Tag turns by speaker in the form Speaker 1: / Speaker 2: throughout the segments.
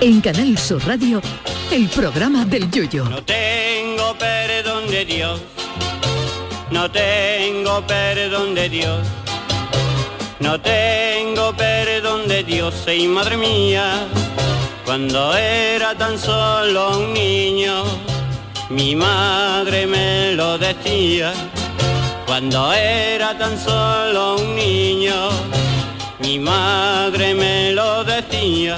Speaker 1: En Canal Sur Radio, el programa del yoyo.
Speaker 2: No tengo perdón de Dios, no tengo perdón de Dios, no tengo perdón de Dios, y madre mía, cuando era tan solo un niño, mi madre me lo decía, cuando era tan solo un niño, mi madre me lo decía.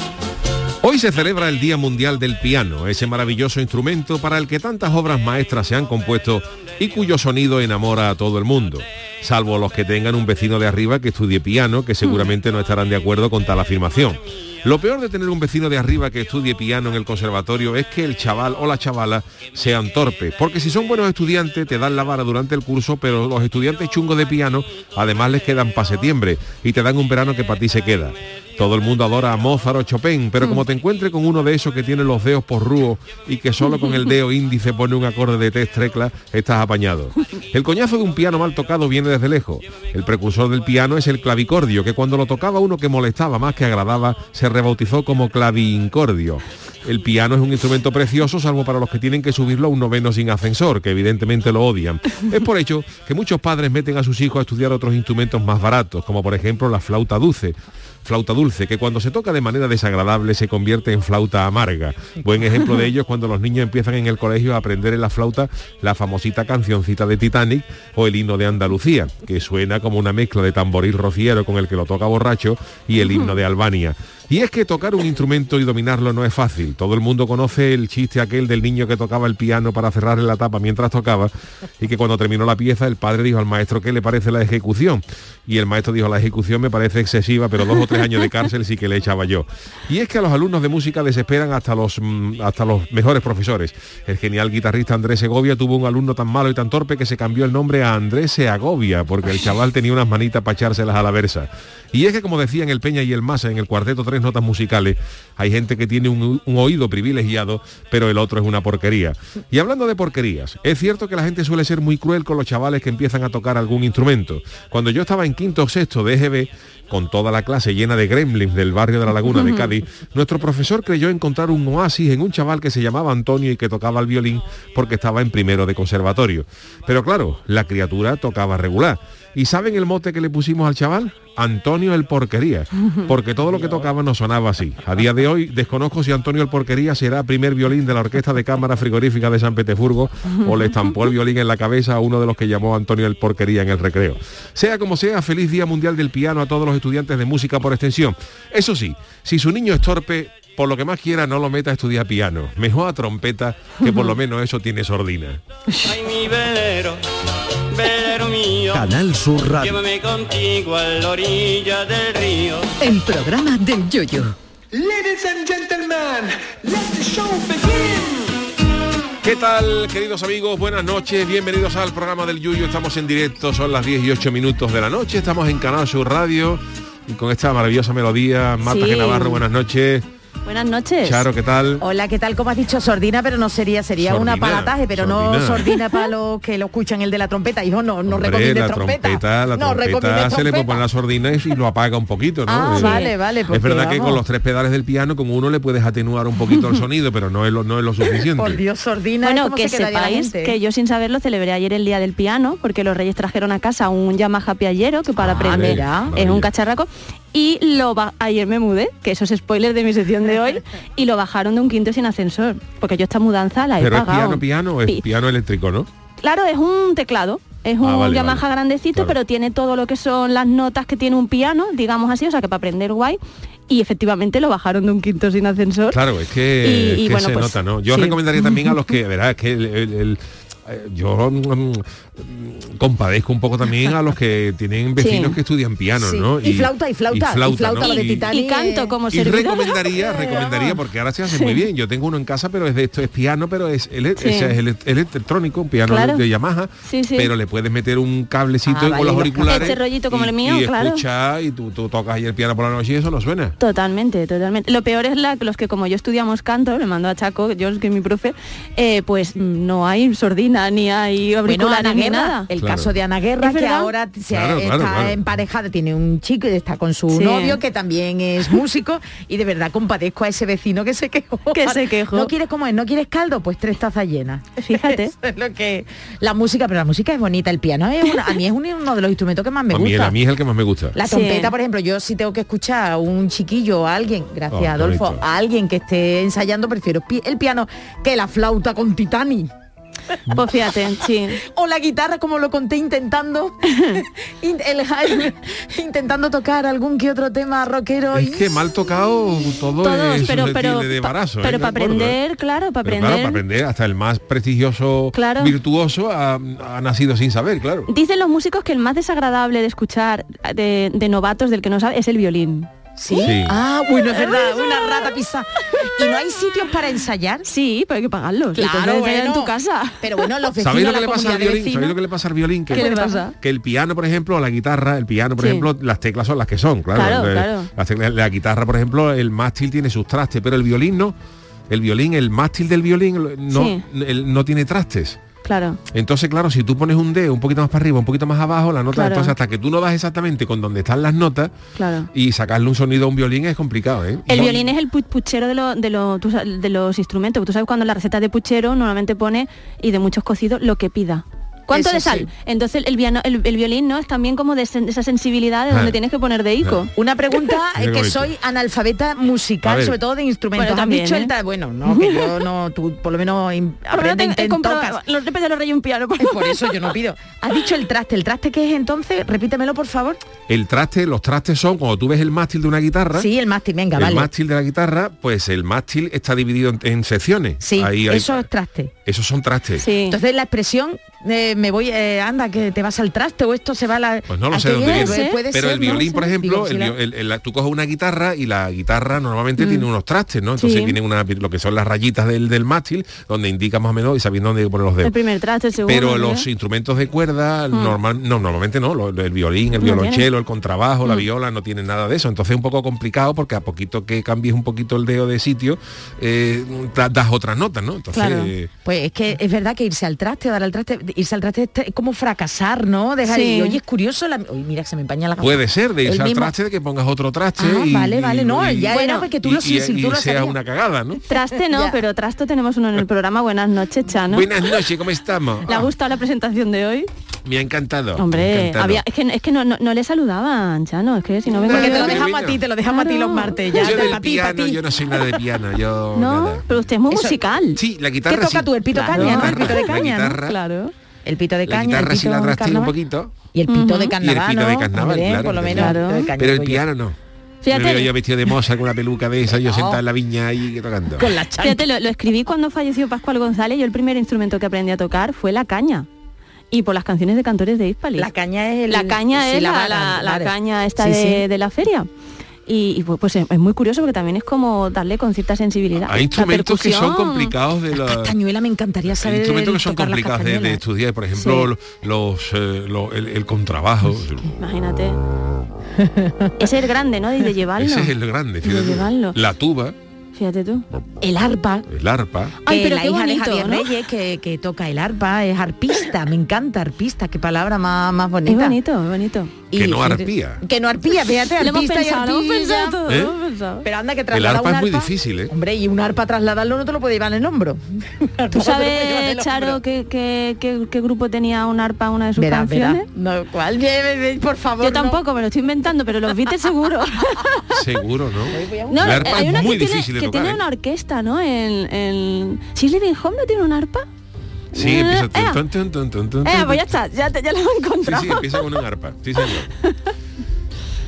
Speaker 3: Hoy se celebra el Día Mundial del Piano, ese maravilloso instrumento para el que tantas obras maestras se han compuesto y cuyo sonido enamora a todo el mundo, salvo los que tengan un vecino de arriba que estudie piano, que seguramente no estarán de acuerdo con tal afirmación. Lo peor de tener un vecino de arriba que estudie piano en el conservatorio es que el chaval o la chavala sean torpes, porque si son buenos estudiantes te dan la vara durante el curso, pero los estudiantes chungos de piano además les quedan para septiembre y te dan un verano que para ti se queda. Todo el mundo adora a Mozart o Chopin, pero como te encuentre con uno de esos que tiene los dedos porrúos y que solo con el dedo índice pone un acorde de tres teclas, estás apañado. El coñazo de un piano mal tocado viene desde lejos. El precursor del piano es el clavicordio, que cuando lo tocaba uno que molestaba más que agradaba, se rebautizó como clavincordio. El piano es un instrumento precioso, salvo para los que tienen que subirlo a un noveno sin ascensor, que evidentemente lo odian. Es por ello que muchos padres meten a sus hijos a estudiar otros instrumentos más baratos, como por ejemplo la flauta dulce, flauta dulce, que cuando se toca de manera desagradable se convierte en flauta amarga. Buen ejemplo de ello es cuando los niños empiezan en el colegio a aprender en la flauta la famosita cancioncita de Titanic o el himno de Andalucía, que suena como una mezcla de tamboril rociero con el que lo toca borracho y el himno de Albania. Y es que tocar un instrumento y dominarlo no es fácil. Todo el mundo conoce el chiste aquel del niño que tocaba el piano para cerrarle la tapa mientras tocaba y que cuando terminó la pieza el padre dijo al maestro qué le parece la ejecución. Y el maestro dijo la ejecución me parece excesiva, pero dos o tres años de cárcel sí que le echaba yo. Y es que a los alumnos de música desesperan hasta los, mm, hasta los mejores profesores. El genial guitarrista Andrés Segovia tuvo un alumno tan malo y tan torpe que se cambió el nombre a Andrés Segovia porque el chaval tenía unas manitas para echárselas a la versa. Y es que como decían el Peña y el Masa en el cuarteto tres notas musicales, hay gente que tiene un, un oído privilegiado, pero el otro es una porquería. Y hablando de porquerías, es cierto que la gente suele ser muy cruel con los chavales que empiezan a tocar algún instrumento. Cuando yo estaba en quinto o sexto de EGB, con toda la clase llena de gremlins del barrio de la Laguna de Cádiz, nuestro profesor creyó encontrar un oasis en un chaval que se llamaba Antonio y que tocaba el violín porque estaba en primero de conservatorio. Pero claro, la criatura tocaba regular. ¿Y saben el mote que le pusimos al chaval? Antonio el Porquería, porque todo lo que tocaba no sonaba así. A día de hoy desconozco si Antonio el Porquería será primer violín de la Orquesta de Cámara Frigorífica de San Petersburgo o le estampó el violín en la cabeza a uno de los que llamó Antonio el Porquería en el recreo. Sea como sea, feliz Día Mundial del Piano a todos los estudiantes de música por extensión. Eso sí, si su niño es torpe, por lo que más quiera no lo meta a estudiar piano, mejor a trompeta, que por lo menos eso tiene sordina.
Speaker 2: Ay, mi velero, velero mío,
Speaker 4: Canal Sur Radio.
Speaker 2: llévame contigo a la orilla del río.
Speaker 1: El programa del yoyo.
Speaker 5: Ladies and gentlemen, let the show begin.
Speaker 3: ¿Qué tal, queridos amigos? Buenas noches, bienvenidos al programa del Yuyo. Estamos en directo, son las 10 y 8 minutos de la noche, estamos en Canal Sur Radio y con esta maravillosa melodía, Marta
Speaker 6: Sí.
Speaker 3: G. Navarro, buenas noches.
Speaker 6: Buenas noches.
Speaker 3: Charo, ¿qué tal?
Speaker 7: Hola, ¿qué tal? Como has dicho, sordina, pero no sería, sería un
Speaker 3: Sordina,
Speaker 7: aparataje, pero no
Speaker 3: sordina.
Speaker 7: sordina para los que lo escuchan el de la trompeta, hijo, no, no
Speaker 3: Hombre,
Speaker 7: recomiendes
Speaker 3: la
Speaker 7: trompeta.
Speaker 3: trompeta, la
Speaker 7: no
Speaker 3: trompeta,
Speaker 7: recomiendes
Speaker 3: se le puede
Speaker 7: trompeta.
Speaker 3: poner la sordina y, y lo apaga un poquito, ¿no? Eh,
Speaker 7: Ah, vale, vale, porque
Speaker 3: es verdad que
Speaker 7: vamos.
Speaker 3: con los tres pedales del piano, con uno le puedes atenuar un poquito el sonido, pero no es lo, no es lo suficiente.
Speaker 7: Por Dios, sordina,
Speaker 6: Bueno,
Speaker 7: ¿cómo
Speaker 6: que
Speaker 7: se quedaría la
Speaker 6: sepáis
Speaker 7: gente?
Speaker 6: que yo sin saberlo celebré ayer el Día del Piano, porque los reyes trajeron a casa un Yamaha piallero que para
Speaker 7: Ah,
Speaker 6: aprender
Speaker 7: mira.
Speaker 6: es
Speaker 3: Maravilla.
Speaker 6: un cacharraco. Y lo ba- ayer me mudé, que eso es spoiler de mi sección de hoy, y lo bajaron de un quinto sin ascensor, porque yo esta mudanza la he
Speaker 3: Pero es
Speaker 6: pagado.
Speaker 3: piano, piano, o es
Speaker 6: Pi-
Speaker 3: piano eléctrico, ¿no?
Speaker 6: Claro, es un teclado. Es un
Speaker 3: Ah, vale,
Speaker 6: Yamaha
Speaker 3: vale.
Speaker 6: grandecito,
Speaker 3: Claro.
Speaker 6: pero tiene todo lo que son las notas que tiene un piano, digamos así, o sea que para aprender guay. Y efectivamente lo bajaron de un quinto sin ascensor.
Speaker 3: Claro, es que,
Speaker 6: Y-
Speaker 3: es
Speaker 6: y
Speaker 3: que
Speaker 6: bueno,
Speaker 3: se
Speaker 6: pues,
Speaker 3: nota, ¿no? Yo
Speaker 6: sí.
Speaker 3: recomendaría también a los que, verás, es que el, el- el- eh, yo mm, mm, compadezco un poco también a los que tienen vecinos
Speaker 6: Sí.
Speaker 3: que estudian piano,
Speaker 7: Sí.
Speaker 3: ¿no?
Speaker 7: Y flauta, y flauta, y flauta,
Speaker 3: ¿no?
Speaker 7: la de
Speaker 3: Y-
Speaker 7: Titanic.
Speaker 6: Y canto como
Speaker 3: y
Speaker 6: servidora.
Speaker 3: recomendaría, recomendaría, porque ahora se hace muy bien. Yo tengo uno en casa, pero es de esto, es piano, pero es, ele-
Speaker 6: Sí.
Speaker 3: o sea, es ele- electrónico, un piano
Speaker 6: Claro.
Speaker 3: de Yamaha,
Speaker 6: Sí, sí.
Speaker 3: pero le puedes meter un cablecito
Speaker 7: Ah,
Speaker 3: con
Speaker 7: vale,
Speaker 3: los
Speaker 7: los
Speaker 3: auriculares.
Speaker 6: Este rollito como
Speaker 3: y-
Speaker 6: el mío,
Speaker 3: y
Speaker 6: claro.
Speaker 3: escucha, y tú, tú tocas ahí el piano por la noche y eso no suena.
Speaker 6: Totalmente, totalmente. Lo peor es la, los que como yo estudiamos canto, me mandó a Chaco, yo que es mi profe, eh, pues mm, no hay sordina, ni hay
Speaker 7: Bueno,
Speaker 6: auriculares,
Speaker 7: Ana
Speaker 6: ni
Speaker 7: Guerra,
Speaker 6: nada.
Speaker 7: el
Speaker 3: Claro.
Speaker 7: caso de Ana Guerra,
Speaker 6: ¿Es
Speaker 7: que
Speaker 6: verdad?
Speaker 7: ahora se-
Speaker 3: Claro,
Speaker 7: está
Speaker 3: claro, claro.
Speaker 7: emparejada, tiene un chico y está con su
Speaker 6: Sí.
Speaker 7: novio, que también es músico, y de verdad compadezco a ese vecino que se quejó.
Speaker 6: Que se quejó.
Speaker 7: ¿No quieres cómo es? ¿No quieres caldo? Pues tres tazas llenas.
Speaker 6: Fíjate.
Speaker 7: Eso es lo que... La música, pero la música es bonita, el piano es una- a mí es un- uno de los instrumentos que más me
Speaker 3: a,
Speaker 7: gusta.
Speaker 3: mí, a mí es el que más me gusta.
Speaker 7: La
Speaker 6: Sí.
Speaker 7: trompeta, por ejemplo, yo si tengo que escuchar a un chiquillo o a alguien, gracias
Speaker 3: Ah,
Speaker 7: Adolfo,
Speaker 3: bonito.
Speaker 7: a alguien que esté ensayando, prefiero pi- el piano que la flauta con Titanic.
Speaker 6: Pues fíjate, sí.
Speaker 7: O la guitarra, como lo conté, intentando in- el Jaime, intentando tocar algún que otro tema rockero.
Speaker 3: Es
Speaker 7: y-
Speaker 3: que mal tocado todo
Speaker 6: Todos,
Speaker 3: es
Speaker 6: pero,
Speaker 3: susceptible
Speaker 6: pero,
Speaker 3: de embarazo. ¿eh?
Speaker 6: pero
Speaker 3: Me
Speaker 6: para
Speaker 3: acuerdo, ¿eh?
Speaker 6: aprender, claro, para
Speaker 3: Pero
Speaker 6: aprender.
Speaker 3: claro, para aprender, hasta el más prestigioso
Speaker 6: Claro.
Speaker 3: virtuoso ha, ha nacido sin saber, claro.
Speaker 6: Dicen los músicos que el más desagradable de escuchar de, de novatos, del que no sabe, es el violín.
Speaker 7: ¿Sí?
Speaker 3: Sí.
Speaker 7: Ah, bueno, es verdad, una rata pisa. ¿Y no hay sitios para ensayar?
Speaker 6: Sí, pero hay que pagarlos. Entonces, en
Speaker 7: bueno.
Speaker 6: tu casa.
Speaker 7: Pero bueno, los vecinos,
Speaker 3: ¿Sabéis lo
Speaker 7: la
Speaker 3: que le pasa al
Speaker 7: comunidad de
Speaker 3: violín?
Speaker 7: vecinos-
Speaker 3: ¿Sabéis lo que le pasa al violín? Que,
Speaker 6: ¿Qué le pasa?
Speaker 3: que el piano, por ejemplo, o la guitarra, el piano, por
Speaker 6: Sí.
Speaker 3: ejemplo, las teclas son las que son, claro.
Speaker 6: Claro,
Speaker 3: Eh,
Speaker 6: claro.
Speaker 3: las teclas- la guitarra, por ejemplo, el mástil tiene sus trastes, pero el violín no. El violín, el mástil del violín no,
Speaker 6: Sí.
Speaker 3: el- no tiene trastes.
Speaker 6: Claro.
Speaker 3: Entonces, claro, si tú pones un dedo un poquito más para arriba, un poquito más abajo, la nota,
Speaker 6: Claro.
Speaker 3: entonces hasta que tú no das exactamente con donde están las notas
Speaker 6: Claro.
Speaker 3: y sacarle un sonido a un violín es complicado, ¿eh?
Speaker 6: El
Speaker 3: Y-
Speaker 6: violín es el pu- puchero de, lo- de, lo- tú sa- de los instrumentos. Tú sabes cuando la receta de puchero normalmente pone, y de muchos cocidos, lo que pida. ¿Cuánto
Speaker 7: Eso
Speaker 6: de sal?
Speaker 7: sí.
Speaker 6: Entonces el, piano- el, el violín no es también como de, sen- de esa sensibilidad de
Speaker 3: Ah.
Speaker 6: donde tienes que poner de ico.
Speaker 7: Una pregunta
Speaker 3: Mira
Speaker 7: es
Speaker 3: qué
Speaker 7: que
Speaker 3: bonito.
Speaker 7: soy analfabeta
Speaker 3: A
Speaker 7: musical,
Speaker 3: ver.
Speaker 7: sobre todo de instrumentos.
Speaker 6: Bueno,
Speaker 7: ¿Has
Speaker 6: también,
Speaker 7: dicho
Speaker 6: ¿eh?
Speaker 7: el ta- Bueno, no, que yo no, tú por lo menos in- aprende,
Speaker 6: Ah, Pero no te- he
Speaker 7: intenta,
Speaker 6: comprado-
Speaker 7: tocas.
Speaker 6: Los repes de los reyes un piano, por
Speaker 7: Es
Speaker 6: favor.
Speaker 7: por eso yo no pido. ¿Has dicho el traste? ¿El traste qué es entonces? Repítemelo, por favor.
Speaker 3: El traste, los trastes son cuando tú ves el mástil de una guitarra.
Speaker 7: Sí, el mástil, venga,
Speaker 3: el
Speaker 7: vale.
Speaker 3: mástil de la guitarra, pues el mástil está dividido en, en secciones.
Speaker 7: Sí,
Speaker 3: Ahí hay-
Speaker 7: eso es traste.
Speaker 3: esos son trastes.
Speaker 6: Sí.
Speaker 7: Entonces la expresión, eh, me voy, eh, anda, que te vas al traste o esto se va a la...
Speaker 3: Pues no lo
Speaker 7: ¿A
Speaker 3: sé
Speaker 7: qué
Speaker 3: dónde
Speaker 7: viene?
Speaker 3: viene.
Speaker 7: ¿eh? Puede
Speaker 3: Pero
Speaker 7: ser,
Speaker 3: el
Speaker 7: ¿no?
Speaker 3: violín, por
Speaker 7: Sí.
Speaker 3: ejemplo,
Speaker 7: Digo,
Speaker 3: el
Speaker 7: si la- Mm.
Speaker 3: vi- el- el- la- tú coges una guitarra y la guitarra normalmente tiene unos trastes, ¿no? Entonces
Speaker 6: Sí.
Speaker 3: tiene una, lo que son las rayitas del, del mástil, donde indica más o menos y sabiendo dónde poner los dedos.
Speaker 6: el primer traste, el segundo.
Speaker 3: Pero
Speaker 6: el
Speaker 3: los
Speaker 6: tercero.
Speaker 3: instrumentos de cuerda,
Speaker 7: Hmm.
Speaker 3: normal, no, normalmente no, lo- el violín, el
Speaker 6: No
Speaker 3: violonchelo, el contrabajo,
Speaker 7: Hmm.
Speaker 3: la viola, no tienen nada de eso. Entonces es un poco complicado porque a poquito que cambies un poquito el dedo de sitio, eh, da- das otras notas, ¿no? Entonces,
Speaker 6: Claro.
Speaker 3: eh,
Speaker 7: Pues es que es verdad que irse al traste, dar al traste, irse al traste es como fracasar, ¿no? Dejar
Speaker 6: Sí.
Speaker 7: y, oye, es curioso la... Uy, mira, se me empaña la gafa.
Speaker 3: puede ser de
Speaker 7: El
Speaker 3: irse al
Speaker 7: mismo-
Speaker 3: traste, de que pongas otro traste.
Speaker 7: Ah,
Speaker 3: y-
Speaker 7: vale,
Speaker 3: y-
Speaker 7: vale, no,
Speaker 3: y-
Speaker 7: ya
Speaker 6: Bueno,
Speaker 7: era porque tú lo
Speaker 3: y-
Speaker 7: sí,
Speaker 3: y-
Speaker 7: sí,
Speaker 3: y
Speaker 7: tú lo
Speaker 3: sea
Speaker 7: sabías.
Speaker 3: una cagada, ¿no?
Speaker 6: Traste no,
Speaker 7: Ya.
Speaker 6: pero trasto tenemos uno en el programa. Buenas noches, Chano.
Speaker 3: Buenas noches, ¿cómo estamos?
Speaker 6: ¿Le ha
Speaker 3: Ah,
Speaker 6: gustado la presentación de hoy?
Speaker 3: me ha encantado.
Speaker 7: Ah,
Speaker 3: me ha
Speaker 6: Hombre,
Speaker 3: encantado.
Speaker 6: había, es que, es que no, no, no le saludaban, Chano. Es que si no vengo
Speaker 7: Porque
Speaker 3: No,
Speaker 7: te lo
Speaker 3: no,
Speaker 7: dejamos
Speaker 3: no.
Speaker 7: a ti, te lo dejamos a ti
Speaker 6: Claro.
Speaker 7: los martes. Ya,
Speaker 3: yo
Speaker 7: te-
Speaker 3: del
Speaker 7: pa' ti, pa'
Speaker 3: piano,
Speaker 7: ti.
Speaker 3: yo no soy nada de piano, yo
Speaker 6: No,
Speaker 3: nada.
Speaker 6: pero usted es muy
Speaker 7: Eso-
Speaker 6: musical.
Speaker 3: Sí, la guitarra
Speaker 7: ¿Qué toca
Speaker 3: sí.
Speaker 7: tú? El pito
Speaker 3: Claro.
Speaker 7: caña, ¿no? El
Speaker 3: La
Speaker 7: pito de caña, ¿no?
Speaker 3: guitarra,
Speaker 6: Claro.
Speaker 7: El pito de
Speaker 3: La
Speaker 7: caña,
Speaker 3: guitarra
Speaker 7: el
Speaker 3: sí
Speaker 7: pito
Speaker 3: la
Speaker 7: de
Speaker 3: trastea un
Speaker 7: carnaval.
Speaker 3: poquito.
Speaker 7: Y el pito de
Speaker 3: Y el
Speaker 7: carnaval,
Speaker 3: pito de
Speaker 7: ¿no?
Speaker 3: carnaval,
Speaker 7: Hombre,
Speaker 3: claro,
Speaker 7: por lo menos.
Speaker 6: claro.
Speaker 7: el pito de caña,
Speaker 3: Pero el
Speaker 7: coño.
Speaker 3: piano no.
Speaker 6: Fíjate.
Speaker 3: Me veo yo vestido de moza con la peluca de esa, yo
Speaker 7: No.
Speaker 3: sentado en la viña y tocando.
Speaker 7: Con la chancla.
Speaker 6: Fíjate, lo, lo escribí cuando falleció Pascual González. Yo el primer instrumento que aprendí a tocar fue la caña. Y por las canciones de cantores de Hispali.
Speaker 7: La caña es el-
Speaker 6: la caña
Speaker 7: sí,
Speaker 6: es
Speaker 7: la
Speaker 6: la,
Speaker 7: vara,
Speaker 6: la- la
Speaker 7: vale.
Speaker 6: caña esta
Speaker 7: Sí,
Speaker 6: de,
Speaker 7: sí.
Speaker 6: de la feria. Y, y, pues, pues, es es muy curioso porque también es como darle con cierta sensibilidad.
Speaker 3: Hay instrumentos
Speaker 6: La
Speaker 3: que son
Speaker 6: percusión.
Speaker 3: complicados de la...
Speaker 7: Castañuela me encantaría
Speaker 3: Hay
Speaker 7: saber.
Speaker 3: instrumentos que son
Speaker 7: tocar las
Speaker 3: complicados de, de
Speaker 7: castañuelas.
Speaker 3: estudiar, por ejemplo, los, eh, lo- el, el contrabajo.
Speaker 6: Imagínate. Ese es el grande, ¿no? Y de llevarlo.
Speaker 3: Ese es el grande,
Speaker 6: de llevarlo.
Speaker 3: fíjate. La tuba,
Speaker 6: Fíjate tú.
Speaker 7: El arpa.
Speaker 3: el arpa.
Speaker 6: Ay,
Speaker 7: que
Speaker 6: pero
Speaker 7: la
Speaker 6: qué
Speaker 7: hija
Speaker 6: bonito,
Speaker 7: de Javier
Speaker 6: ¿no?
Speaker 7: Reyes que, que toca el arpa es arpista, me encanta arpista, qué palabra más, más bonita.
Speaker 6: Es bonito, es bonito.
Speaker 3: Que no arpía.
Speaker 7: Que no arpía, fíjate,
Speaker 6: Lo hemos
Speaker 7: arpista y
Speaker 6: pensado, lo hemos
Speaker 7: arpilla.
Speaker 6: pensado todo,
Speaker 3: ¿Eh?
Speaker 6: lo hemos pensado.
Speaker 7: Pero anda que trasladar
Speaker 3: arpa
Speaker 7: un
Speaker 3: es muy difícil, ¿eh?
Speaker 7: Hombre, y un arpa trasladarlo no te lo puede llevar en el hombro.
Speaker 6: ¿Tú sabes, Charo, qué, qué- qué- qué grupo tenía un arpa en una de sus
Speaker 7: Verá, verá.
Speaker 6: canciones?
Speaker 7: No, ¿cuál? Ve, ve, ve, por favor.
Speaker 6: Yo
Speaker 7: no.
Speaker 6: tampoco, me lo estoy inventando, pero los viste seguro.
Speaker 3: Seguro, ¿no?
Speaker 6: No,
Speaker 3: el arpa
Speaker 6: hay
Speaker 3: es
Speaker 6: una
Speaker 3: muy
Speaker 6: que
Speaker 3: difícil
Speaker 6: tiene,
Speaker 3: de
Speaker 6: que
Speaker 3: tocar.
Speaker 6: tiene
Speaker 3: ¿eh?
Speaker 6: una orquesta, ¿no? En, en... ¿Shirley Home no tiene un arpa?
Speaker 3: Sí,
Speaker 6: Eh,
Speaker 3: empieza...
Speaker 6: eh,
Speaker 3: tun, tun, tun, tun, tun,
Speaker 6: Eh,
Speaker 3: tun,
Speaker 6: pues ya
Speaker 3: tun.
Speaker 6: está, ya, te, ya lo he
Speaker 3: Sí,
Speaker 6: encontrado.
Speaker 3: sí, empieza con un arpa. Sí, señor.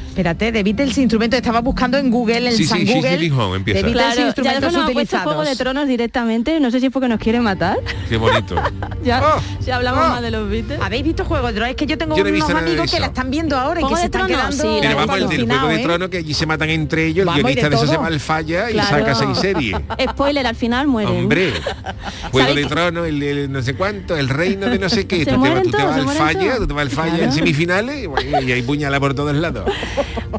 Speaker 7: Espérate, The Beatles instrumentos. Estaba buscando en Google, en
Speaker 3: Sí, sí,
Speaker 7: San
Speaker 3: sí, sí,
Speaker 7: Google.
Speaker 3: Gijón, empieza.
Speaker 7: The Beatles
Speaker 6: Claro, ya
Speaker 7: instrumentos
Speaker 6: después nos ha puesto
Speaker 7: utilizados.
Speaker 6: Juego de Tronos directamente, no sé si es porque nos quiere matar.
Speaker 3: Qué bonito.
Speaker 6: Ya,
Speaker 3: Ah,
Speaker 6: si hablamos
Speaker 7: ah.
Speaker 6: más de los Beatles.
Speaker 7: ¿Habéis visto Juego de Tronos? Es que yo tengo
Speaker 3: Yo no he
Speaker 7: unos
Speaker 3: visto nada de
Speaker 7: amigos que
Speaker 3: eso.
Speaker 7: la están viendo ahora y
Speaker 6: Juego
Speaker 7: que se
Speaker 6: de
Speaker 7: están
Speaker 6: Tronos,
Speaker 7: quedando
Speaker 6: sí,
Speaker 3: Pero vamos, el del juego de
Speaker 7: alucinados, ¿eh?
Speaker 3: trono que allí se matan entre ellos,
Speaker 7: Vamos,
Speaker 3: el
Speaker 7: y de
Speaker 3: guionista de eso se
Speaker 7: todo.
Speaker 3: va al falla y
Speaker 6: Claro.
Speaker 3: saca seis series.
Speaker 6: Spoiler, al final mueren.
Speaker 3: Hombre, juego
Speaker 6: ¿Sabéis
Speaker 3: de
Speaker 6: que-
Speaker 3: trono, el, el no sé cuánto, el reino de no sé qué.
Speaker 6: Se
Speaker 3: Tú te, vas-
Speaker 6: mueren
Speaker 3: tú te
Speaker 6: todos,
Speaker 3: vas
Speaker 6: se
Speaker 3: al
Speaker 6: mueren
Speaker 3: falla,
Speaker 6: todos.
Speaker 3: tú te vas al falla en
Speaker 6: Claro.
Speaker 3: semifinales y, bueno, y hay puñalada por todos lados.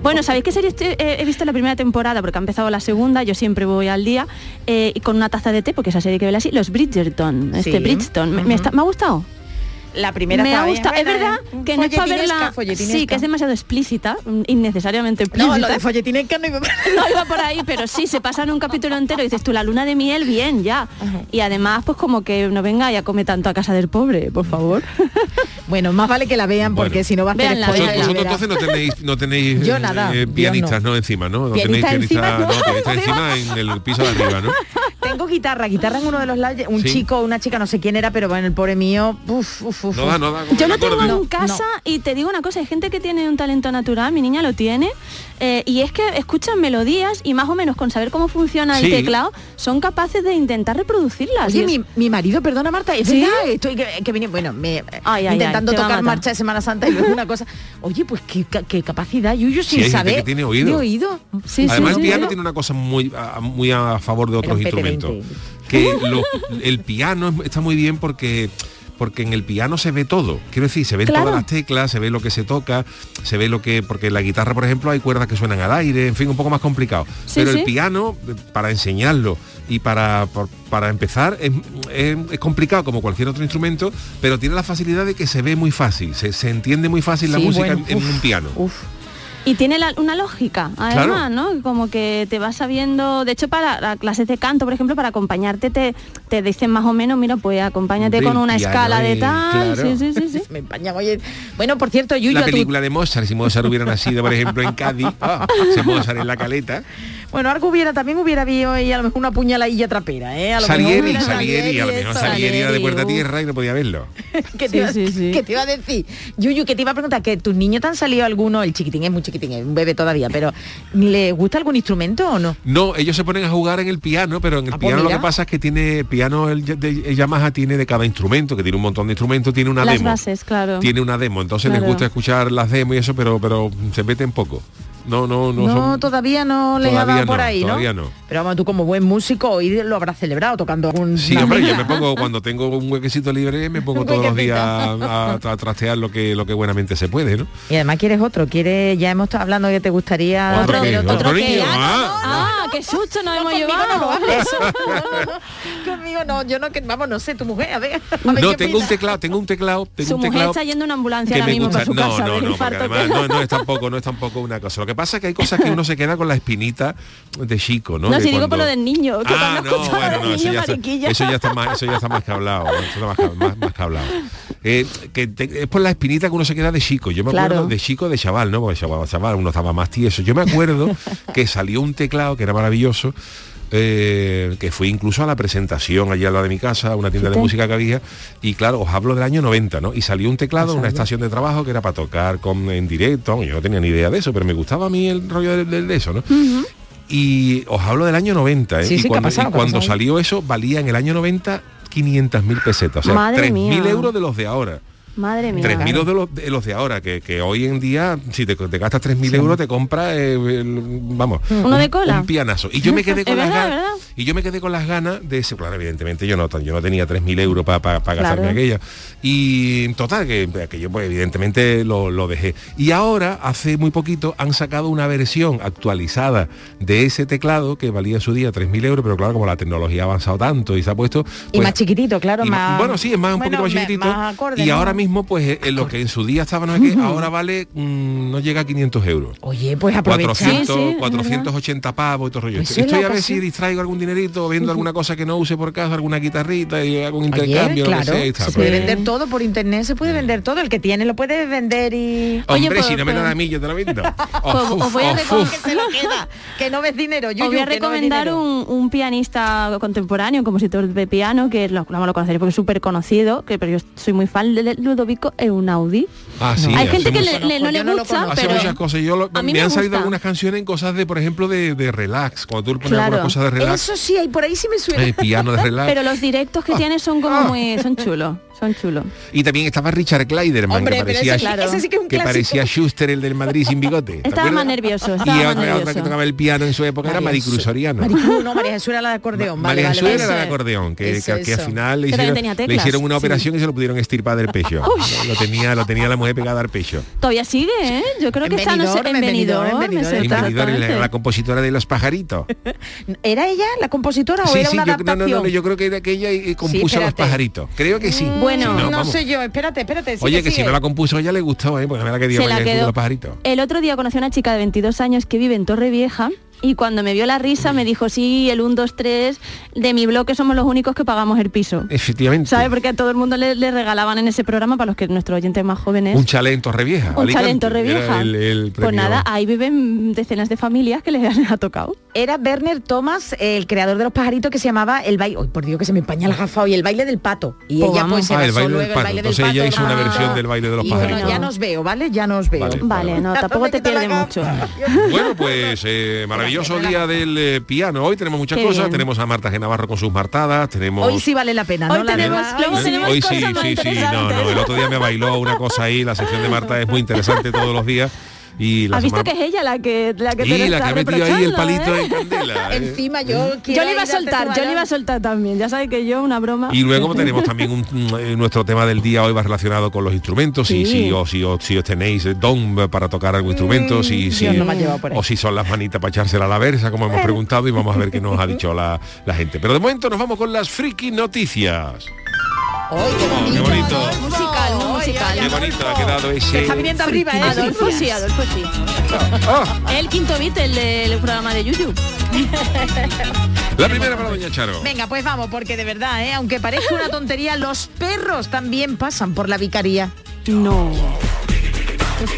Speaker 6: Bueno, ¿sabéis qué serie estoy- eh, he visto la primera temporada? Porque ha empezado la segunda, yo siempre voy al día, eh, y con una taza de té, porque esa serie que veo así, los Bridgerton,
Speaker 7: Sí.
Speaker 6: este Bridgerton. Me, me está- me ha gustado.
Speaker 7: La primera
Speaker 6: me
Speaker 7: está
Speaker 6: ha
Speaker 7: bien.
Speaker 6: gustado. Es
Speaker 7: Bueno,
Speaker 6: verdad que no es para
Speaker 7: folletinesca,
Speaker 6: verla. Sí, que
Speaker 7: folletinesca.
Speaker 6: es demasiado explícita, mm, innecesariamente
Speaker 7: No,
Speaker 6: explícita.
Speaker 7: lo de folletinesca no iba
Speaker 6: No iba por ahí, pero sí, se pasan un capítulo entero y dices tú, la luna de miel, bien, ya. Y además, pues como que no venga y a come tanto a casa del pobre, por favor.
Speaker 7: Bueno, más vale que la vean
Speaker 3: Bueno.
Speaker 7: porque si no va a hacer
Speaker 6: Véanla,
Speaker 7: spoiler.
Speaker 3: Vosotros,
Speaker 6: veanla.
Speaker 7: Verá.
Speaker 3: vosotros entonces no tenéis, no tenéis eh,
Speaker 7: Yo nada, yo
Speaker 3: pianistas, no. encima, ¿no? No tenéis
Speaker 7: Pianista encima,
Speaker 3: pianistas
Speaker 7: no.
Speaker 3: pianistas encima en el piso de arriba, ¿no?
Speaker 7: Tengo guitarra, guitarra en uno de los lados, un
Speaker 3: Sí.
Speaker 7: chico, una chica, no sé quién era, pero bueno, el pobre mío, uf, uf, uf.
Speaker 3: No da, no da. como
Speaker 6: Yo
Speaker 3: el
Speaker 6: lo tengo
Speaker 3: acorde.
Speaker 6: en casa y te digo una cosa, hay gente que tiene un talento natural, mi niña lo tiene, eh, y es que escuchan melodías y más o menos con saber cómo funciona
Speaker 3: Sí.
Speaker 6: el teclado, son capaces de intentar reproducirlas.
Speaker 7: Oye,
Speaker 6: Y es-
Speaker 7: mi, mi marido, perdona Marta, es
Speaker 6: ¿Sí?
Speaker 7: verdad, estoy que, que venía- bueno, me, eh,
Speaker 6: Ay, ay,
Speaker 7: intentando
Speaker 6: ay, te va a
Speaker 7: tocar
Speaker 6: matar.
Speaker 7: marcha de Semana Santa y luego una cosa. Oye, pues qué, ca- qué capacidad, Yuyu, sin
Speaker 3: hay gente
Speaker 7: saber.
Speaker 3: que tiene oído.
Speaker 7: de oído.
Speaker 6: Sí, sí,
Speaker 3: Además el
Speaker 6: sí,
Speaker 3: piano
Speaker 6: sí.
Speaker 3: tiene una cosa muy a, muy a favor de otros
Speaker 7: Era un
Speaker 3: instrumentos.
Speaker 7: PT20.
Speaker 3: Que lo- el piano es- está muy bien porque porque en el piano se ve todo. Quiero decir, se ven
Speaker 6: Claro.
Speaker 3: todas las teclas, se ve lo que se toca, se ve lo que porque en la guitarra, por ejemplo, hay cuerdas que suenan al aire, en fin, un poco más complicado.
Speaker 6: Sí,
Speaker 3: Pero el
Speaker 6: sí.
Speaker 3: piano eh, para enseñarlo y para por- para empezar es, es- es complicado como cualquier otro instrumento, pero tiene la facilidad de que se ve muy fácil, se, se entiende muy fácil la
Speaker 7: Sí,
Speaker 3: música
Speaker 7: bueno,
Speaker 3: en, en
Speaker 7: uf,
Speaker 3: un piano.
Speaker 7: Uf.
Speaker 6: Y tiene la- una lógica, además, ¿no? Como que te vas sabiendo, de hecho para las clases de canto, por ejemplo, para acompañarte te, te dicen más o menos, mira, pues acompáñate
Speaker 3: Hombre,
Speaker 6: con
Speaker 3: el
Speaker 6: una
Speaker 3: piano
Speaker 6: escala de
Speaker 3: es-
Speaker 6: tal.
Speaker 3: claro.
Speaker 6: Sí, sí, sí, sí.
Speaker 7: Me empañaba, oye. Bueno, por cierto, Yuyu,
Speaker 3: la
Speaker 7: a tu-
Speaker 3: película de Mozart, si Mozart hubiera nacido, por ejemplo, en Cádiz, ah, se Mozart en la caleta,
Speaker 7: Bueno, algo hubiera, también hubiera habido ahí a lo mejor una puñaladilla trapera, ¿eh? A lo mejor
Speaker 3: Salieri,
Speaker 7: hubiera
Speaker 3: Salieri, a lo mejor
Speaker 7: eso.
Speaker 3: Salieri era de
Speaker 6: Salieri,
Speaker 3: puerta
Speaker 6: uh.
Speaker 3: tierra y no podía verlo.
Speaker 7: ¿Qué
Speaker 6: Sí,
Speaker 7: te, iba,
Speaker 6: sí, sí.
Speaker 7: qué te iba a decir? Yuyu, que te iba a preguntar, que tus niños te han salido alguno, el chiquitín es muy chiquitín, es un bebé todavía, pero ¿le gusta algún instrumento o no?
Speaker 3: No, ellos se ponen a jugar en el piano, pero en el
Speaker 7: Ah, pues
Speaker 3: piano lo
Speaker 7: mira.
Speaker 3: que pasa es que tiene piano el, de, el Yamaha tiene de cada instrumento, que tiene un montón de instrumentos, tiene una
Speaker 6: Las
Speaker 3: demo.
Speaker 6: bases, claro.
Speaker 3: Tiene una demo, entonces les
Speaker 6: Claro.
Speaker 3: gusta escuchar las demos y eso, pero pero se meten poco. No, no, no,
Speaker 7: No,
Speaker 3: son-
Speaker 7: todavía no le ha
Speaker 3: Todavía
Speaker 7: dado por
Speaker 3: no,
Speaker 7: ahí, ¿no?
Speaker 3: todavía no.
Speaker 7: Pero vamos, tú como buen músico hoy lo habrás celebrado tocando algún
Speaker 3: Sí,
Speaker 7: una
Speaker 3: hombre, yo
Speaker 7: mezcla.
Speaker 3: me pongo cuando tengo un huequecito libre, me pongo
Speaker 7: Un
Speaker 3: todos los
Speaker 7: huequecito.
Speaker 3: días a, a trastear lo que lo que buenamente se puede, ¿no?
Speaker 7: Y además quieres otro, quieres, ya hemos estado hablando que te gustaría
Speaker 3: Otro
Speaker 7: tener
Speaker 3: que- otro niño, ah.
Speaker 6: Ah, qué susto nos hemos
Speaker 7: conmigo
Speaker 6: llevado.
Speaker 7: no lo hables. conmigo no, yo no que vamos, no sé, tu mujer, a ver. a ver
Speaker 3: No,
Speaker 7: qué
Speaker 3: tengo un
Speaker 7: opina.
Speaker 3: teclado, tengo un teclado, tengo
Speaker 6: Su
Speaker 3: un
Speaker 6: mujer
Speaker 3: teclado.
Speaker 6: está yendo a una ambulancia
Speaker 3: que
Speaker 6: ahora
Speaker 3: me
Speaker 6: mismo
Speaker 3: gusta-
Speaker 6: para su
Speaker 3: no,
Speaker 6: casa.
Speaker 3: no,
Speaker 6: del
Speaker 3: no, porque
Speaker 6: infarto que-
Speaker 3: además no, no es tampoco, no es tampoco una cosa. Lo que pasa es que hay cosas que uno se queda con la espinita de chico, ¿no?
Speaker 6: No,
Speaker 3: De
Speaker 6: si digo por lo del niño, que
Speaker 3: ah,
Speaker 6: cuando
Speaker 3: no,
Speaker 6: escuchaba
Speaker 3: bueno,
Speaker 6: del
Speaker 3: no, eso
Speaker 6: niño
Speaker 3: ya, está,
Speaker 6: mariquilla.
Speaker 3: eso ya está más, eso ya está más que hablado, eso está más, que- más- más que hablado. Eh, que te- es por la espinita que uno se queda de chico. Yo me acuerdo
Speaker 6: Claro.
Speaker 3: de chico, de chaval, ¿no? Porque chaval, chaval, uno estaba más tieso. Yo me acuerdo que salió un teclado que era maravilloso. eh, que fui incluso a la presentación allá al lado de mi casa, a una tienda de
Speaker 6: Fíjate.
Speaker 3: música que había, y claro, os hablo del año 90, ¿no? Y salió un teclado, en una estación de trabajo que era para tocar con, en directo, yo no tenía ni idea de eso, pero me gustaba a mí el rollo del- del- de, eso, ¿no? Y os hablo del año 90, ¿eh?
Speaker 7: Sí,
Speaker 3: y
Speaker 7: sí, que ha
Speaker 3: cuando, y
Speaker 7: pasado, que ha
Speaker 3: cuando
Speaker 7: pasado.
Speaker 3: salió eso, valía en el año 90 500.000 pesetas, o sea,
Speaker 6: Madre
Speaker 3: 3.000
Speaker 6: mía.
Speaker 3: euros de los de ahora.
Speaker 6: Madre mía.
Speaker 3: 3.000 euros de los, de los de ahora, que, que hoy en día, si te, te gastas 3.000 euros, te compras, eh, el- vamos,
Speaker 6: Uno
Speaker 3: un-
Speaker 6: de cola.
Speaker 3: Un pianazo. Y yo me quedé con
Speaker 6: Es
Speaker 3: las
Speaker 6: verdad,
Speaker 3: ganas.
Speaker 6: verdad.
Speaker 3: Y yo me quedé con las ganas de ese, claro, evidentemente yo no, tan- yo no tenía 3.000 euros para gastarme
Speaker 6: Claro.
Speaker 3: aquella. Y total, que, que yo pues evidentemente lo, lo dejé. Y ahora, hace muy poquito, han sacado una versión actualizada de ese teclado que valía en su día 3.000 euros, pero claro, como la tecnología ha avanzado tanto y se ha puesto...
Speaker 7: Y
Speaker 3: pues,
Speaker 7: más chiquitito, claro,
Speaker 3: y ma-
Speaker 7: más...
Speaker 3: bueno, sí, es más un
Speaker 7: Bueno,
Speaker 3: poquito más
Speaker 7: me-
Speaker 3: chiquitito.
Speaker 7: más acorde,
Speaker 3: y
Speaker 7: ¿no?
Speaker 3: ahora mismo, pues, eh, en lo que en su día estaba, no sé qué, ahora vale, mm, no llega a 500 euros.
Speaker 7: Oye, pues aprovecha.
Speaker 3: 400,
Speaker 6: Sí, sí, es verdad.
Speaker 3: 480 pavos y todo rollo.
Speaker 7: Pues
Speaker 3: Estoy
Speaker 7: es la
Speaker 3: a ver si
Speaker 7: ocasión.
Speaker 3: distraigo algún dinerito viendo alguna cosa que no use por casa, alguna guitarrita y algún intercambio, lo que
Speaker 7: claro,
Speaker 3: sea, y está,
Speaker 7: se
Speaker 3: pues. Mm.
Speaker 7: puede vender todo por internet, se puede vender todo, el que tiene lo puede vender y...
Speaker 6: Oye,
Speaker 3: Hombre,
Speaker 6: pues-
Speaker 3: si no me
Speaker 6: pues-
Speaker 3: da a mí, yo te lo vendo. Oh,
Speaker 6: Pues
Speaker 3: Ojuf,
Speaker 6: os voy a
Speaker 3: ojuf.
Speaker 6: recom-
Speaker 7: que se lo queda, que no ves dinero. Yuyu,
Speaker 6: Os voy a
Speaker 7: que no ves
Speaker 6: recomendar
Speaker 7: dinero.
Speaker 6: un, un pianista contemporáneo, un compositor de piano, que lo, vamos, lo conoceréis porque es súper conocido, que, pero yo soy muy fan de Ludovico Einaudi.
Speaker 3: Ah, sí, hace
Speaker 6: Hay gente que
Speaker 3: mucho-
Speaker 6: le- le- no
Speaker 7: Yo
Speaker 6: le
Speaker 7: no lo
Speaker 6: gusta,
Speaker 7: conozco.
Speaker 3: hace
Speaker 6: pero...
Speaker 3: muchas cosas. Yo lo-
Speaker 6: a
Speaker 3: me
Speaker 6: mí
Speaker 3: han salido
Speaker 6: gusta.
Speaker 3: algunas canciones en cosas de, por ejemplo, de, de relax. Cuando tú le pones alguna
Speaker 6: Claro.
Speaker 3: cosa de relax,
Speaker 7: Eso sí, ahí por ahí sí me suena.
Speaker 3: eh, piano de relax.
Speaker 6: Pero los directos
Speaker 3: Ah,
Speaker 6: que tiene son como muy... son chulos, son chulos.
Speaker 3: Y también estaba Richard Clyderman,
Speaker 7: Hombre,
Speaker 3: que
Speaker 7: pero
Speaker 3: parecía,
Speaker 7: ese, claro. ese sí que es un clásico.
Speaker 3: parecía Schuster, el del Madrid sin bigote. ¿te
Speaker 6: Estaba más
Speaker 3: acuerdas?
Speaker 6: nervioso,
Speaker 3: Y
Speaker 6: estaba
Speaker 3: otra,
Speaker 6: más
Speaker 3: otra que
Speaker 6: nervioso.
Speaker 3: tocaba el piano en su época era Maricruz Soriano.
Speaker 7: Maricruz, no, María Jesús era la de acordeón.
Speaker 3: Ma-
Speaker 7: vale,
Speaker 3: María
Speaker 7: vale,
Speaker 3: Jesús
Speaker 7: vale.
Speaker 3: era de
Speaker 6: eso,
Speaker 3: acordeón, que,
Speaker 7: eso,
Speaker 3: que- que al
Speaker 7: eso.
Speaker 3: final le
Speaker 6: Que también
Speaker 3: hicieron,
Speaker 6: tenía
Speaker 3: le
Speaker 6: teclas,
Speaker 3: hicieron una
Speaker 6: sí.
Speaker 3: operación y se lo pudieron estirpar del pecho. lo, tenía, lo tenía la mujer pegada al pecho.
Speaker 6: Todavía sigue, ¿eh? Yo creo que está, no sé,
Speaker 7: Benidorm,
Speaker 6: en
Speaker 7: en Benidorm,
Speaker 6: Benidorm,
Speaker 7: en
Speaker 6: me
Speaker 7: Benidorm.
Speaker 6: sé
Speaker 3: Y Maridor, la,
Speaker 6: exactamente.
Speaker 3: la compositora de Los Pajaritos.
Speaker 7: ¿Era ella la compositora o
Speaker 3: Sí,
Speaker 7: era
Speaker 3: sí,
Speaker 7: una
Speaker 3: yo, no,
Speaker 7: adaptación?
Speaker 3: no, no, yo creo que era que ella eh, compuso Los
Speaker 7: espérate.
Speaker 3: Pajaritos. Creo que sí.
Speaker 6: Mm, Bueno,
Speaker 3: Si
Speaker 6: no,
Speaker 7: no,
Speaker 3: vamos.
Speaker 7: sé yo, espérate, espérate. sigue,
Speaker 3: Oye, que si
Speaker 7: sigue.
Speaker 3: no la compuso ella le gustó, ¿eh? Porque me la que dio
Speaker 6: Se la
Speaker 3: mañana el Club de
Speaker 6: quedó.
Speaker 3: Los Pajaritos.
Speaker 6: El otro día conocí a una chica de 22 años que vive en Torre Vieja y cuando me vio la risa me dijo, sí, el 1, 2, 3 de mi bloque somos los únicos que pagamos el piso.
Speaker 3: Efectivamente.
Speaker 6: ¿Sabes? Porque a todo el mundo le, le regalaban en ese programa, para los que nuestros oyentes más jóvenes,
Speaker 3: Un chale en Torrevieja.
Speaker 6: ¿Eh? un
Speaker 3: Alicante.
Speaker 6: talento
Speaker 3: Era
Speaker 6: revieja.
Speaker 3: el- el
Speaker 6: pues
Speaker 3: premio.
Speaker 6: nada, ahí viven decenas de familias que les ha tocado.
Speaker 7: Era Werner Thomas, el creador de los pajaritos, que se llamaba el baile. Ay, por Dios, que se me empaña la gafa hoy, el baile del pato. Y
Speaker 6: Pues
Speaker 7: ella
Speaker 6: vamos.
Speaker 7: pues se
Speaker 3: Ah, el
Speaker 7: basó
Speaker 3: baile del
Speaker 7: luego en
Speaker 3: pato.
Speaker 7: el baile del
Speaker 3: Entonces
Speaker 7: pato.
Speaker 3: ella hizo una
Speaker 7: ah.
Speaker 3: versión del baile de los
Speaker 7: Y bueno,
Speaker 3: pajaritos.
Speaker 7: ya nos veo, ¿vale? Ya nos veo.
Speaker 3: Vale.
Speaker 6: Vale, no,
Speaker 7: Vale.
Speaker 6: tampoco te
Speaker 7: Vete a la
Speaker 6: pierdes mucho.
Speaker 7: cama.
Speaker 3: Bueno, pues eh, maravilloso día del eh, piano. Hoy tenemos muchas
Speaker 6: Qué
Speaker 3: cosas.
Speaker 6: bien.
Speaker 3: Tenemos a Marta G. Navarro con sus martadas. Tenemos... ¿Eh?
Speaker 7: Hoy sí vale la pena,
Speaker 6: Hoy
Speaker 7: ¿no? La
Speaker 6: tenemos-
Speaker 7: demás-
Speaker 6: luego
Speaker 3: Hoy-
Speaker 6: tenemos
Speaker 3: Hoy
Speaker 6: cosas
Speaker 3: sí,
Speaker 6: más
Speaker 3: sí, sí. No, no, el otro día me bailó una cosa ahí. La sección de Marta es muy interesante todos los días. Y la
Speaker 6: ¿Has visto
Speaker 3: semana-
Speaker 6: que es ella la que, la que te lo
Speaker 3: y la que
Speaker 6: está
Speaker 3: ha metido ahí el
Speaker 6: reprochando,
Speaker 3: palito
Speaker 6: eh?
Speaker 3: en candela. eh.
Speaker 7: Encima yo
Speaker 6: Yo
Speaker 7: quiero
Speaker 6: le iba a
Speaker 7: ir darte tu
Speaker 6: soltar, yo le iba
Speaker 7: balón.
Speaker 6: a soltar también. Ya sabes que yo, una
Speaker 7: Ah,
Speaker 6: broma.
Speaker 3: Y luego tenemos también un- un- eh, nuestro tema del día hoy va relacionado con los instrumentos. Si,
Speaker 6: Sí.
Speaker 3: si, o, si, o- si os tenéis eh, don eh, para tocar algún instrumento, si, si,
Speaker 7: Dios, Mm, no me has llevado por ahí.
Speaker 3: o si son las manitas para echársela a la versa, como hemos preguntado, y vamos a ver qué nos ha dicho la, la gente. Pero de momento nos vamos con las friki noticias.
Speaker 7: Ay, qué
Speaker 3: Oh, qué bonito.
Speaker 6: Musical, muy
Speaker 7: Ay,
Speaker 6: musical.
Speaker 7: ay,
Speaker 3: Qué
Speaker 7: ay,
Speaker 3: bonito ha
Speaker 7: Adolfo.
Speaker 3: quedado
Speaker 7: Se
Speaker 3: ese.
Speaker 7: está viniendo arriba, ¿eh?
Speaker 6: Adolfo sí,
Speaker 7: Noticias.
Speaker 6: Adolfo sí.
Speaker 3: Ah,
Speaker 6: El quinto beat, el del programa de YouTube.
Speaker 3: la primera para Doña Charo.
Speaker 7: Venga, pues vamos, porque de verdad, ¿eh? aunque parezca una tontería, los perros también pasan por la vicaría.
Speaker 6: No.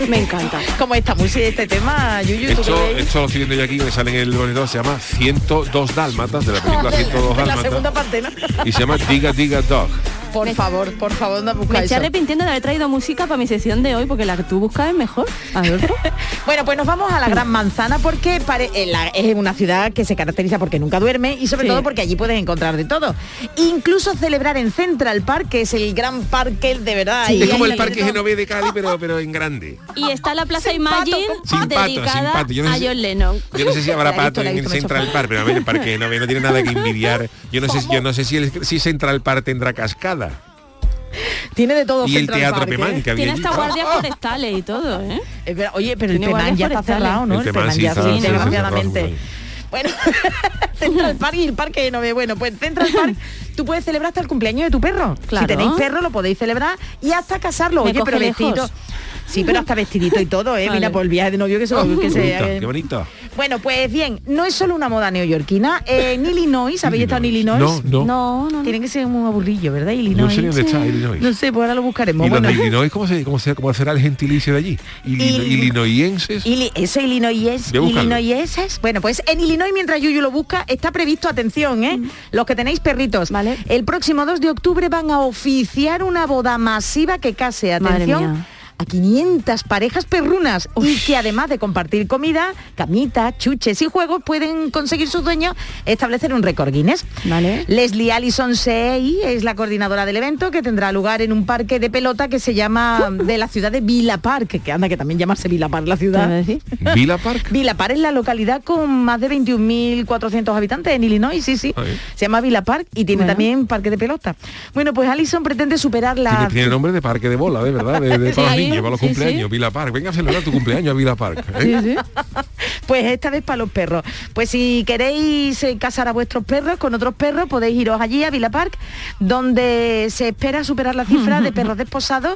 Speaker 6: Me encanta.
Speaker 7: Como esta música, este tema, Yuyu,
Speaker 3: Esto,
Speaker 7: ¿tú qué crees?
Speaker 3: esto lo estoy viendo yo aquí, que me sale en el monitor, se llama 102 Dálmatas, de la película 102
Speaker 7: En la
Speaker 3: Dálmatas.
Speaker 7: segunda parte, ¿no?
Speaker 3: Y se llama Diga Diga Dog.
Speaker 7: Por favor, por favor, no
Speaker 6: Me
Speaker 7: buscáis
Speaker 6: estoy
Speaker 7: eso.
Speaker 6: arrepintiendo de haber traído música para mi sesión de hoy, porque la que tú buscas es mejor. Adolfo.
Speaker 7: Bueno, pues nos vamos a la Gran Manzana porque pare- en la- es una ciudad que se caracteriza porque nunca duerme y sobre
Speaker 6: Sí.
Speaker 7: todo porque allí puedes encontrar de todo. Incluso celebrar en Central Park, que es el gran parque de verdad.
Speaker 6: Sí.
Speaker 7: y
Speaker 3: Es como el
Speaker 7: ahí hay de
Speaker 3: Parque
Speaker 7: todo.
Speaker 3: Genové de Cali, pero, pero en grande.
Speaker 6: Y está la Plaza
Speaker 7: Sin pato,
Speaker 6: Imagine
Speaker 7: con
Speaker 3: Sin pato, sin
Speaker 6: dedicada
Speaker 3: pato. Yo no sé
Speaker 6: a
Speaker 3: si-
Speaker 6: John Lennon.
Speaker 3: Yo no sé si
Speaker 7: La he
Speaker 3: habrá
Speaker 7: visto,
Speaker 3: pato
Speaker 7: la he
Speaker 3: en
Speaker 7: visto, me he
Speaker 3: Central
Speaker 7: hecho
Speaker 3: Park, pero a ver, el parque Genové no tiene nada que envidiar. Yo no sé, si- yo no sé si, el- si Central Park tendrá cascada
Speaker 7: Tiene de todo
Speaker 3: y el
Speaker 7: Central
Speaker 3: teatro
Speaker 7: Park, ¿eh?
Speaker 3: Pemán que había
Speaker 6: Tiene
Speaker 3: allí.
Speaker 6: hasta guardias forestales y todo, ¿eh?
Speaker 7: Es verdad, oye, pero el
Speaker 6: Tiene
Speaker 7: Penán
Speaker 6: guardias
Speaker 7: ya está
Speaker 6: forestales.
Speaker 7: cerrado, ¿no?
Speaker 3: El Penán sí está-
Speaker 6: sí, sí, está
Speaker 7: desgraciadamente.
Speaker 3: cerrado,
Speaker 7: Bueno, Central Park y el Parque de Nove. Bueno, pues Central Park, tú puedes celebrar hasta el cumpleaños de tu perro.
Speaker 6: Claro.
Speaker 7: Si tenéis perro, lo podéis celebrar y hasta casarlo.
Speaker 6: Me
Speaker 7: Oye, pero
Speaker 6: coge
Speaker 7: vestidito.
Speaker 6: lejos.
Speaker 7: Sí, pero hasta vestidito y todo, ¿eh?
Speaker 6: Vale.
Speaker 7: Mira, por el viaje de novio que se... Que
Speaker 3: Ah, Qué
Speaker 7: se
Speaker 3: bonito,
Speaker 7: eh.
Speaker 3: qué bonito.
Speaker 7: Bueno, pues bien, no es solo una moda neoyorquina. Eh, en Illinois, ¿habéis estado en Illinois?
Speaker 3: No, no.
Speaker 6: No, no, no.
Speaker 7: Tienen que ser muy aburrillo, ¿verdad? Illinois.
Speaker 3: No sé ni dónde está Illinois.
Speaker 7: No sé, pues ahora lo buscaremos.
Speaker 3: ¿Y los
Speaker 7: Bueno.
Speaker 3: de Illinois cómo, se, cómo, se, cómo será el gentilicio de allí? Ili-
Speaker 7: Il-
Speaker 3: ¿Illinoienses?
Speaker 7: Ili- eso Illinois,
Speaker 3: Voy a buscarlo.
Speaker 7: Illinoises. Bueno, pues en Illinois, mientras Yuyu lo busca, está previsto, atención, ¿eh? Los que tenéis perritos.
Speaker 6: Vale.
Speaker 7: El próximo 2 de octubre van a oficiar una boda masiva que case,
Speaker 6: Madre
Speaker 7: atención.
Speaker 6: mía.
Speaker 7: A 500 parejas perrunas y que además de compartir comida, camitas, chuches y juegos pueden conseguir sus dueños establecer un récord Guinness.
Speaker 6: Vale.
Speaker 7: Leslie Allison Seey es la coordinadora del evento que tendrá lugar en un parque de pelota que se llama de la ciudad de Villa Park, que anda que también llamarse Villa Park la
Speaker 6: Te iba a
Speaker 7: ciudad.
Speaker 6: decir.
Speaker 3: Villa Park.
Speaker 7: Villa Park es la localidad con más de 21.400 habitantes en Illinois, sí, sí.
Speaker 3: Ahí.
Speaker 7: Se llama Villa Park y tiene
Speaker 6: Bueno.
Speaker 7: también parque de pelota. Bueno, pues Allison pretende superar
Speaker 3: Tiene,
Speaker 7: la...
Speaker 3: tiene nombre de parque de bola, de verdad, de, de
Speaker 6: Sí,
Speaker 3: para los
Speaker 6: ahí,
Speaker 3: niños, para los
Speaker 6: sí,
Speaker 3: cumpleaños,
Speaker 6: sí.
Speaker 3: Villa Park. Venga a celebrar tu cumpleaños a Villa Park. ¿eh?
Speaker 6: Sí, sí.
Speaker 7: Pues esta vez para los perros. Pues si queréis eh, casar a vuestros perros con otros perros, podéis iros allí a Villa Park, donde se espera superar la cifra de perros desposados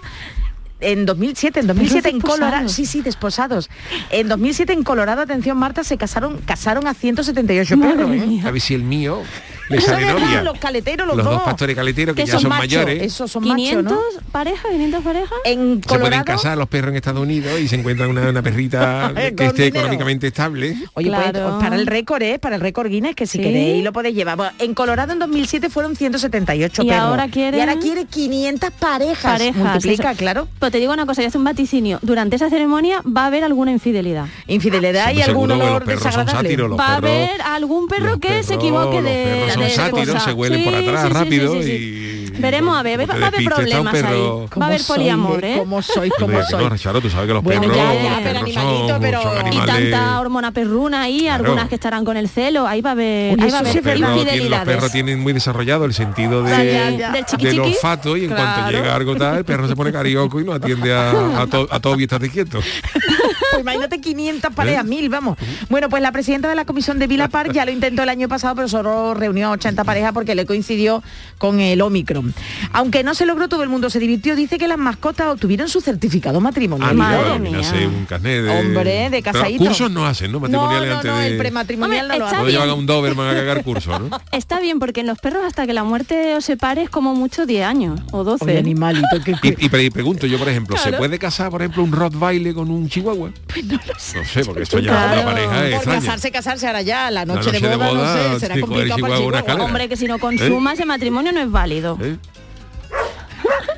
Speaker 7: en 2007, en 2007 en
Speaker 6: desposados.
Speaker 7: Colorado, sí, sí, desposados. En 2007 en Colorado, atención Marta, se casaron, casaron a 178
Speaker 6: Madre
Speaker 7: perros, ¿eh?
Speaker 6: mía.
Speaker 3: A ver si el mío le
Speaker 7: Eso es
Speaker 3: sale
Speaker 7: verdad,
Speaker 3: novia.
Speaker 7: los caleteros, los
Speaker 3: dos.
Speaker 7: dos.
Speaker 3: pastores caleteros que,
Speaker 7: Que
Speaker 3: ya
Speaker 7: son
Speaker 3: son
Speaker 7: machos,
Speaker 3: mayores.
Speaker 7: esos son machos,
Speaker 6: 500
Speaker 7: ¿no?
Speaker 6: parejas, 500 parejas.
Speaker 7: En
Speaker 3: Se pueden
Speaker 7: Colorado.
Speaker 3: casar los perros en Estados Unidos y se encuentran una, una perrita
Speaker 7: Con
Speaker 3: que esté
Speaker 7: dinero.
Speaker 3: económicamente estable.
Speaker 7: Oye, pues,
Speaker 6: Claro.
Speaker 7: para el récord, ¿eh? Para el récord Guinness, que si
Speaker 6: Sí.
Speaker 7: queréis lo podéis llevar. Bueno, en Colorado en 2007 fueron 178
Speaker 6: Y
Speaker 7: perros.
Speaker 6: ahora quiere-
Speaker 7: Y ahora quiere 500 parejas.
Speaker 6: Parejas.
Speaker 7: Multiplica,
Speaker 6: eso.
Speaker 7: claro.
Speaker 6: Pero te digo una cosa, ya es un vaticinio. Durante esa ceremonia va a haber alguna infidelidad.
Speaker 7: Infidelidad y
Speaker 3: Seguro
Speaker 7: algún
Speaker 3: que los
Speaker 7: olor
Speaker 3: perros son
Speaker 7: desagradable.
Speaker 3: sátiros, Los
Speaker 6: va a
Speaker 3: perros-
Speaker 6: haber algún perro
Speaker 3: los
Speaker 6: que se
Speaker 3: perros-
Speaker 6: equivoque de
Speaker 3: los perros son
Speaker 6: de
Speaker 3: sátiros,
Speaker 6: esposa.
Speaker 3: se huelen por atrás rápido y-
Speaker 6: Veremos a ver,
Speaker 3: como
Speaker 6: va,
Speaker 3: te
Speaker 6: a haber
Speaker 3: despistes, está un
Speaker 6: problemas
Speaker 3: perro-
Speaker 6: ahí. Va
Speaker 7: ¿Cómo
Speaker 6: a haber
Speaker 7: sois,
Speaker 6: poliamor,
Speaker 7: eh?
Speaker 6: ¿eh?
Speaker 7: ¿Cómo soy?
Speaker 3: No me
Speaker 7: ¿Cómo
Speaker 3: digas que no,
Speaker 7: soy?
Speaker 3: Charo, tú sabes que los
Speaker 7: Bueno,
Speaker 3: perros,
Speaker 6: ya, ya,
Speaker 3: los
Speaker 6: pero
Speaker 3: perros
Speaker 7: animalito,
Speaker 3: son,
Speaker 7: pero-
Speaker 3: son
Speaker 7: Y
Speaker 6: Y
Speaker 3: animales.
Speaker 6: tanta hormona perruna ahí,
Speaker 3: Claro.
Speaker 6: algunas que estarán con el celo, ahí va a haber,
Speaker 7: Oye,
Speaker 6: ahí va
Speaker 7: eso
Speaker 6: a
Speaker 3: Los
Speaker 7: sí
Speaker 6: haber
Speaker 7: es verdad.
Speaker 3: perros tienen- los
Speaker 6: infidelidades.
Speaker 3: perros tienen muy desarrollado el sentido de,
Speaker 6: Ya, ya, ya. Del chiqui
Speaker 3: del
Speaker 6: chiqui.
Speaker 3: olfato y en cuanto
Speaker 7: Claro.
Speaker 3: llega algo tal, el perro se pone carioco y no atiende a, a, to- a todo y estate quieto.
Speaker 7: Pues imagínate
Speaker 3: ¿Eh?
Speaker 7: 500 parejas, mil, vamos. Bueno, pues la presidenta de la comisión de Vila Park ya lo intentó el año pasado, pero solo reunió a 80 parejas porque le coincidió con el Omicron. Aunque no se logró, todo el mundo se divirtió. Dice que las mascotas obtuvieron su certificado matrimonial.
Speaker 3: Ah, mira,
Speaker 6: Madre
Speaker 3: mira,
Speaker 6: mía.
Speaker 3: hace un carnet de...
Speaker 7: Hombre, de
Speaker 3: Pero
Speaker 7: casadito.
Speaker 3: Cursos no hacen, ¿no? Matrimoniales
Speaker 7: no, no,
Speaker 3: antes
Speaker 7: no,
Speaker 3: de...
Speaker 7: el prematrimonial
Speaker 6: Hombre,
Speaker 7: no lo hace.
Speaker 6: está
Speaker 3: No
Speaker 6: bien.
Speaker 3: llevan a un Doberman a cagar curso, ¿no?
Speaker 6: Está bien, porque en los perros hasta que la muerte os separe es como mucho 10 años o 12.
Speaker 7: Oye, animalito, que,
Speaker 3: Y, y pre- y pregunto yo, por ejemplo, ¿se
Speaker 6: Claro.
Speaker 3: puede casar, por ejemplo, un Rottweiler con un Chihuahua? Pues no lo sé. No sé, porque esto ya
Speaker 6: Claro.
Speaker 3: la pareja es
Speaker 7: por
Speaker 3: extraña.
Speaker 7: casarse, casarse ahora ya, la noche,
Speaker 3: noche
Speaker 7: de,
Speaker 3: de
Speaker 7: boda, no
Speaker 3: boda,
Speaker 7: sé, será
Speaker 3: sí,
Speaker 7: complicado para
Speaker 3: Chihuahua, una
Speaker 7: Chihuahua.
Speaker 3: escalera.
Speaker 6: Hombre, que si no consuma ese matrimonio no es válido.
Speaker 3: ¿Eh?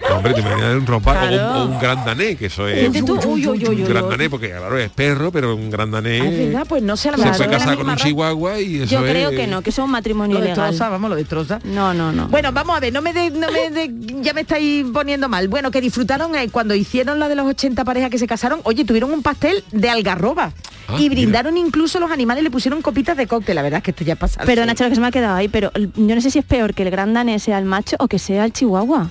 Speaker 3: No, Hombre, te imaginas un Rottweiler
Speaker 6: Claro.
Speaker 3: o, un, o un Gran Danés, que eso es...
Speaker 6: Ponte tú, uy, uy, uy,
Speaker 3: un
Speaker 6: uy,
Speaker 3: Gran
Speaker 6: uy.
Speaker 3: Danés, porque claro, es perro, pero un Gran Danés...
Speaker 7: Ah, es verdad, pues no sé, a lo
Speaker 3: ¿eh? se
Speaker 7: mejor
Speaker 3: puede
Speaker 7: es la
Speaker 3: casar con
Speaker 7: misma
Speaker 3: un
Speaker 7: raza.
Speaker 3: Chihuahua y eso
Speaker 6: Yo
Speaker 3: es-
Speaker 6: creo que no, que eso es un matrimonio
Speaker 7: Lo
Speaker 6: ilegal.
Speaker 7: destroza, vamos, lo destroza.
Speaker 6: No, no, no.
Speaker 7: Bueno, vamos a ver, no me, de- no me de- ya me estáis poniendo mal. Bueno, que disfrutaron eh, cuando hicieron la de los 80 parejas que se casaron, oye, tuvieron un pastel de algarroba
Speaker 3: Ah,
Speaker 7: y
Speaker 3: mira.
Speaker 7: brindaron incluso los animales, le pusieron copitas de cóctel, la verdad es que esto ya pasa.
Speaker 6: Pero Nacho, lo que se me ha quedado ahí, pero el- yo no sé si es peor que el gran danés sea el macho o que sea el chihuahua.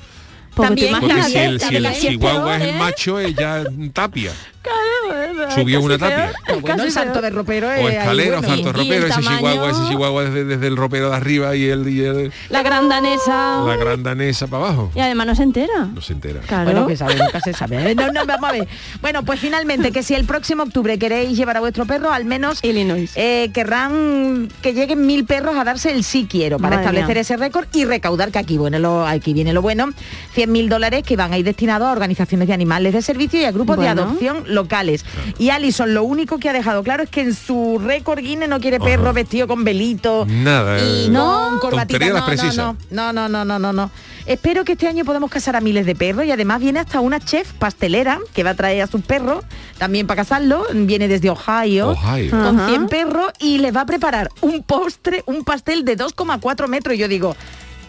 Speaker 7: También,
Speaker 6: te
Speaker 3: Porque
Speaker 6: imaginas,
Speaker 3: si el,
Speaker 6: la
Speaker 3: si el
Speaker 6: verdad es que es
Speaker 3: Chihuahua es
Speaker 6: peor,
Speaker 3: el
Speaker 6: ¿eh?
Speaker 3: macho, es ya tapia.
Speaker 6: Claro, es
Speaker 3: Subió
Speaker 6: casi
Speaker 3: una tapia.
Speaker 6: peor,
Speaker 7: Pero
Speaker 6: es
Speaker 7: bueno,
Speaker 6: casi
Speaker 7: el salto
Speaker 6: peor.
Speaker 7: de ropero es
Speaker 3: O
Speaker 7: ahí,
Speaker 3: escalera, o
Speaker 7: bueno.
Speaker 3: salto
Speaker 6: Pues, Y- y
Speaker 3: ropero,
Speaker 6: el
Speaker 3: ese
Speaker 6: tamaño-
Speaker 3: chihuahua, ese chihuahua desde, desde el ropero de arriba y el, y el-
Speaker 6: La gran danesa.
Speaker 3: la gran danesa para abajo.
Speaker 6: Y además no se entera.
Speaker 3: No se entera.
Speaker 6: Claro.
Speaker 7: Bueno, que sabe, nunca se sabe. No, no, vamos a ver. Bueno, pues finalmente, que si el próximo octubre queréis llevar a vuestro perro, al menos
Speaker 6: Illinois.
Speaker 7: eh, querrán que lleguen mil perros a darse el sí quiero para
Speaker 6: Madre
Speaker 7: establecer
Speaker 6: mía.
Speaker 7: ese récord y recaudar, que aquí, bueno, lo, aquí viene lo bueno, 100 mil dólares que van a ir destinados a organizaciones de animales de servicio y a grupos de
Speaker 6: Bueno.
Speaker 7: adopción locales. Y Alison, lo único que ha dejado claro es que en su récord Guinness no quiere perro
Speaker 3: Ajá.
Speaker 7: vestido con velito.
Speaker 3: Nada, eh,
Speaker 7: Y
Speaker 3: No.
Speaker 7: con corbatita.
Speaker 3: Tonterías las
Speaker 7: No,
Speaker 3: precisas.
Speaker 7: no, no. No, no, no, no, no, no. Espero que este año podamos casar a miles de perros y además viene hasta una chef pastelera que va a traer a sus perros también para casarlo. Viene desde Ohio.
Speaker 3: Ohio.
Speaker 7: Con
Speaker 6: Ajá.
Speaker 7: 100 perros y les va a preparar un postre, un pastel de 2,4 metros. Y yo digo,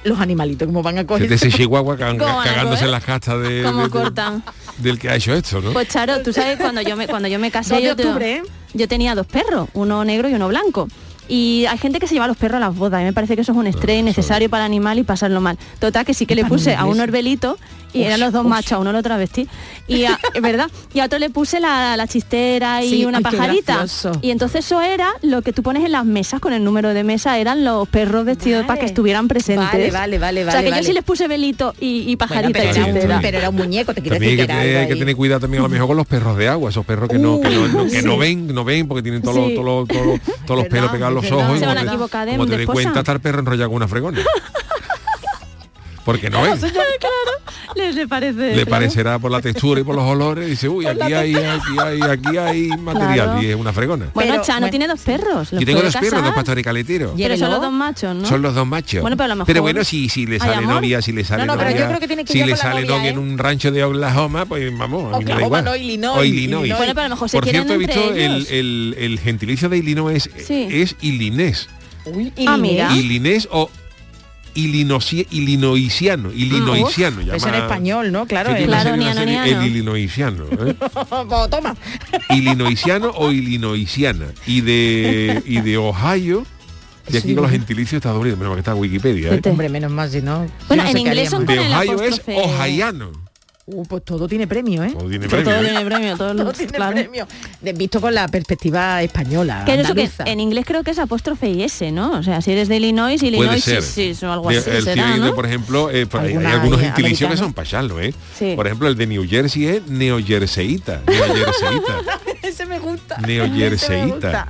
Speaker 7: los animalitos, ¿cómo van a coger?
Speaker 3: De ese chihuahua ca-
Speaker 6: ¿Cómo Pues algo,
Speaker 3: cagándose
Speaker 6: eh?
Speaker 3: en las castas de,
Speaker 6: ¿Cómo
Speaker 3: de- de-
Speaker 6: cortan?
Speaker 3: del que ha hecho esto, ¿no?
Speaker 6: Pues Charo, tú sabes cuando yo me cuando yo me
Speaker 7: ¿Eh?
Speaker 6: casé
Speaker 7: Dos de
Speaker 6: yo, te-
Speaker 7: octubre, ¿eh?
Speaker 6: yo tenía dos perros, uno negro y uno blanco. Y hay gente que se lleva los perros a las bodas y me parece que eso es un estrés innecesario para el animal y pasarlo mal. Total que sí que le puse a uno el velito y eran los dos machos, a uno lo travestí. Y a, es verdad, y a otro le puse la, la chistera y
Speaker 7: Sí,
Speaker 6: una
Speaker 7: ay, qué
Speaker 6: pajarita.
Speaker 7: gracioso.
Speaker 6: Y entonces eso era lo que tú pones en las mesas con el número de mesa eran los perros vestidos para
Speaker 7: Vale.
Speaker 6: que estuvieran presentes.
Speaker 7: Vale, vale, vale,
Speaker 6: O sea
Speaker 7: vale,
Speaker 6: que
Speaker 7: vale.
Speaker 6: yo sí les puse velito y, y
Speaker 7: Bueno,
Speaker 6: pajarita
Speaker 7: pero,
Speaker 6: y
Speaker 3: está bien,
Speaker 7: era,
Speaker 3: está
Speaker 6: chistera.
Speaker 7: un-
Speaker 3: bien.
Speaker 7: pero era un muñeco, te quiero
Speaker 3: También hay
Speaker 7: decir
Speaker 3: que,
Speaker 7: que era
Speaker 3: tener, hay
Speaker 7: algo
Speaker 3: que
Speaker 7: ahí.
Speaker 3: tener cuidado también a lo mejor con los perros de agua, esos perros que no, que no, no- que no ven, no ven porque tienen todos los-
Speaker 6: Uh, Sí.
Speaker 3: todos los- todos los- todos los
Speaker 7: Verdad,
Speaker 3: pelos pegados a los
Speaker 7: verdad.
Speaker 3: ojos. y
Speaker 6: Se van a
Speaker 3: como te-
Speaker 6: equivocar de-
Speaker 3: Como te
Speaker 6: de
Speaker 3: des
Speaker 6: esposa.
Speaker 3: cuenta, está el perro enrollado con una fregona. Porque no ven.
Speaker 6: claro, les, les parece.
Speaker 3: Le
Speaker 6: claro.
Speaker 3: parecerá por la textura y por los olores, dice, uy, aquí hay, aquí hay, aquí hay material
Speaker 6: Claro.
Speaker 3: y es una fregona.
Speaker 6: Bueno,
Speaker 7: Pero,
Speaker 6: Chano
Speaker 7: bueno.
Speaker 6: tiene dos perros. los
Speaker 3: Yo tengo
Speaker 6: puede
Speaker 3: dos perros,
Speaker 6: casar,
Speaker 3: dos pastores caleteros.
Speaker 7: Ya.
Speaker 6: Pero son
Speaker 7: Llévelo.
Speaker 6: los dos machos, ¿no?
Speaker 3: Son los dos machos.
Speaker 6: Bueno, pero a lo mejor-
Speaker 3: bueno, si, si le
Speaker 6: Ay,
Speaker 3: sale
Speaker 6: amor.
Speaker 3: novia, si le sale
Speaker 7: no,
Speaker 3: novia,
Speaker 7: pero yo creo que tiene que
Speaker 3: si
Speaker 7: ir
Speaker 3: le
Speaker 7: con la
Speaker 3: sale
Speaker 7: novia,
Speaker 3: novia
Speaker 7: ¿eh?
Speaker 3: en un rancho de Oklahoma, pues vamos, a mí me da
Speaker 7: Oklahoma,
Speaker 3: igual.
Speaker 7: no, Illinois,
Speaker 3: O Illinois.
Speaker 7: Illinois.
Speaker 6: Bueno, pero a lo mejor se
Speaker 3: Por
Speaker 6: quieren
Speaker 3: cierto, he
Speaker 6: entre
Speaker 3: visto el,
Speaker 6: ellos.
Speaker 3: el- el gentilicio de Illinois es,
Speaker 6: Sí.
Speaker 3: es ilinés.
Speaker 7: Uy,
Speaker 6: Ah,
Speaker 7: Inés.
Speaker 6: mira.
Speaker 3: Ilinés o ilinosi- ilinoisiano. Ilinoisiano.
Speaker 7: Pero eso Ah, en
Speaker 3: llama-
Speaker 7: español, ¿no? Claro,
Speaker 3: Sí, tiene
Speaker 7: eh.
Speaker 3: una
Speaker 6: Claro,
Speaker 3: serie- una
Speaker 6: niano,
Speaker 3: serie-
Speaker 6: niano.
Speaker 3: El ilinoisiano. ¿eh?
Speaker 7: Pues toma.
Speaker 3: ilinoisiano o ilinoisiana y de y de Ohio y aquí con los gentilicios de Estados Unidos menos mal que está Wikipedia ¿eh?
Speaker 6: Vete.
Speaker 7: Hombre, menos mal si no.
Speaker 6: Este. Bueno,
Speaker 7: no
Speaker 6: en
Speaker 7: sé qué
Speaker 6: inglés son
Speaker 7: haríamos.
Speaker 3: de
Speaker 6: Con el
Speaker 3: Ohio es
Speaker 6: apóstrofe.
Speaker 3: ohaiano
Speaker 7: Uh, pues todo tiene premio, ¿eh?
Speaker 3: Todo tiene
Speaker 6: Todo
Speaker 3: premio, ¿eh?
Speaker 6: tiene premio, todo,
Speaker 7: Todo tiene
Speaker 6: claro.
Speaker 7: premio. De- Visto con la perspectiva española.
Speaker 6: Que eso que
Speaker 7: andaluza.
Speaker 6: en inglés creo que es apóstrofe y S, ¿no? O sea, si eres de Illinois,
Speaker 3: Puede
Speaker 6: Illinois
Speaker 3: ser.
Speaker 6: sí, sí, o algo
Speaker 3: De-
Speaker 6: así
Speaker 3: el
Speaker 6: será,
Speaker 3: tío Ido,
Speaker 6: ¿no?
Speaker 3: por ejemplo, eh, por ahí hay
Speaker 7: Alguna-
Speaker 3: algunos
Speaker 7: hay
Speaker 3: gentilicio que
Speaker 7: americanos.
Speaker 3: son payarlo, ¿eh?
Speaker 6: Sí.
Speaker 3: Por ejemplo, el de New Jersey es neojerseíta. neojerseíta.
Speaker 7: Ese me gusta.
Speaker 3: Neojerseíta.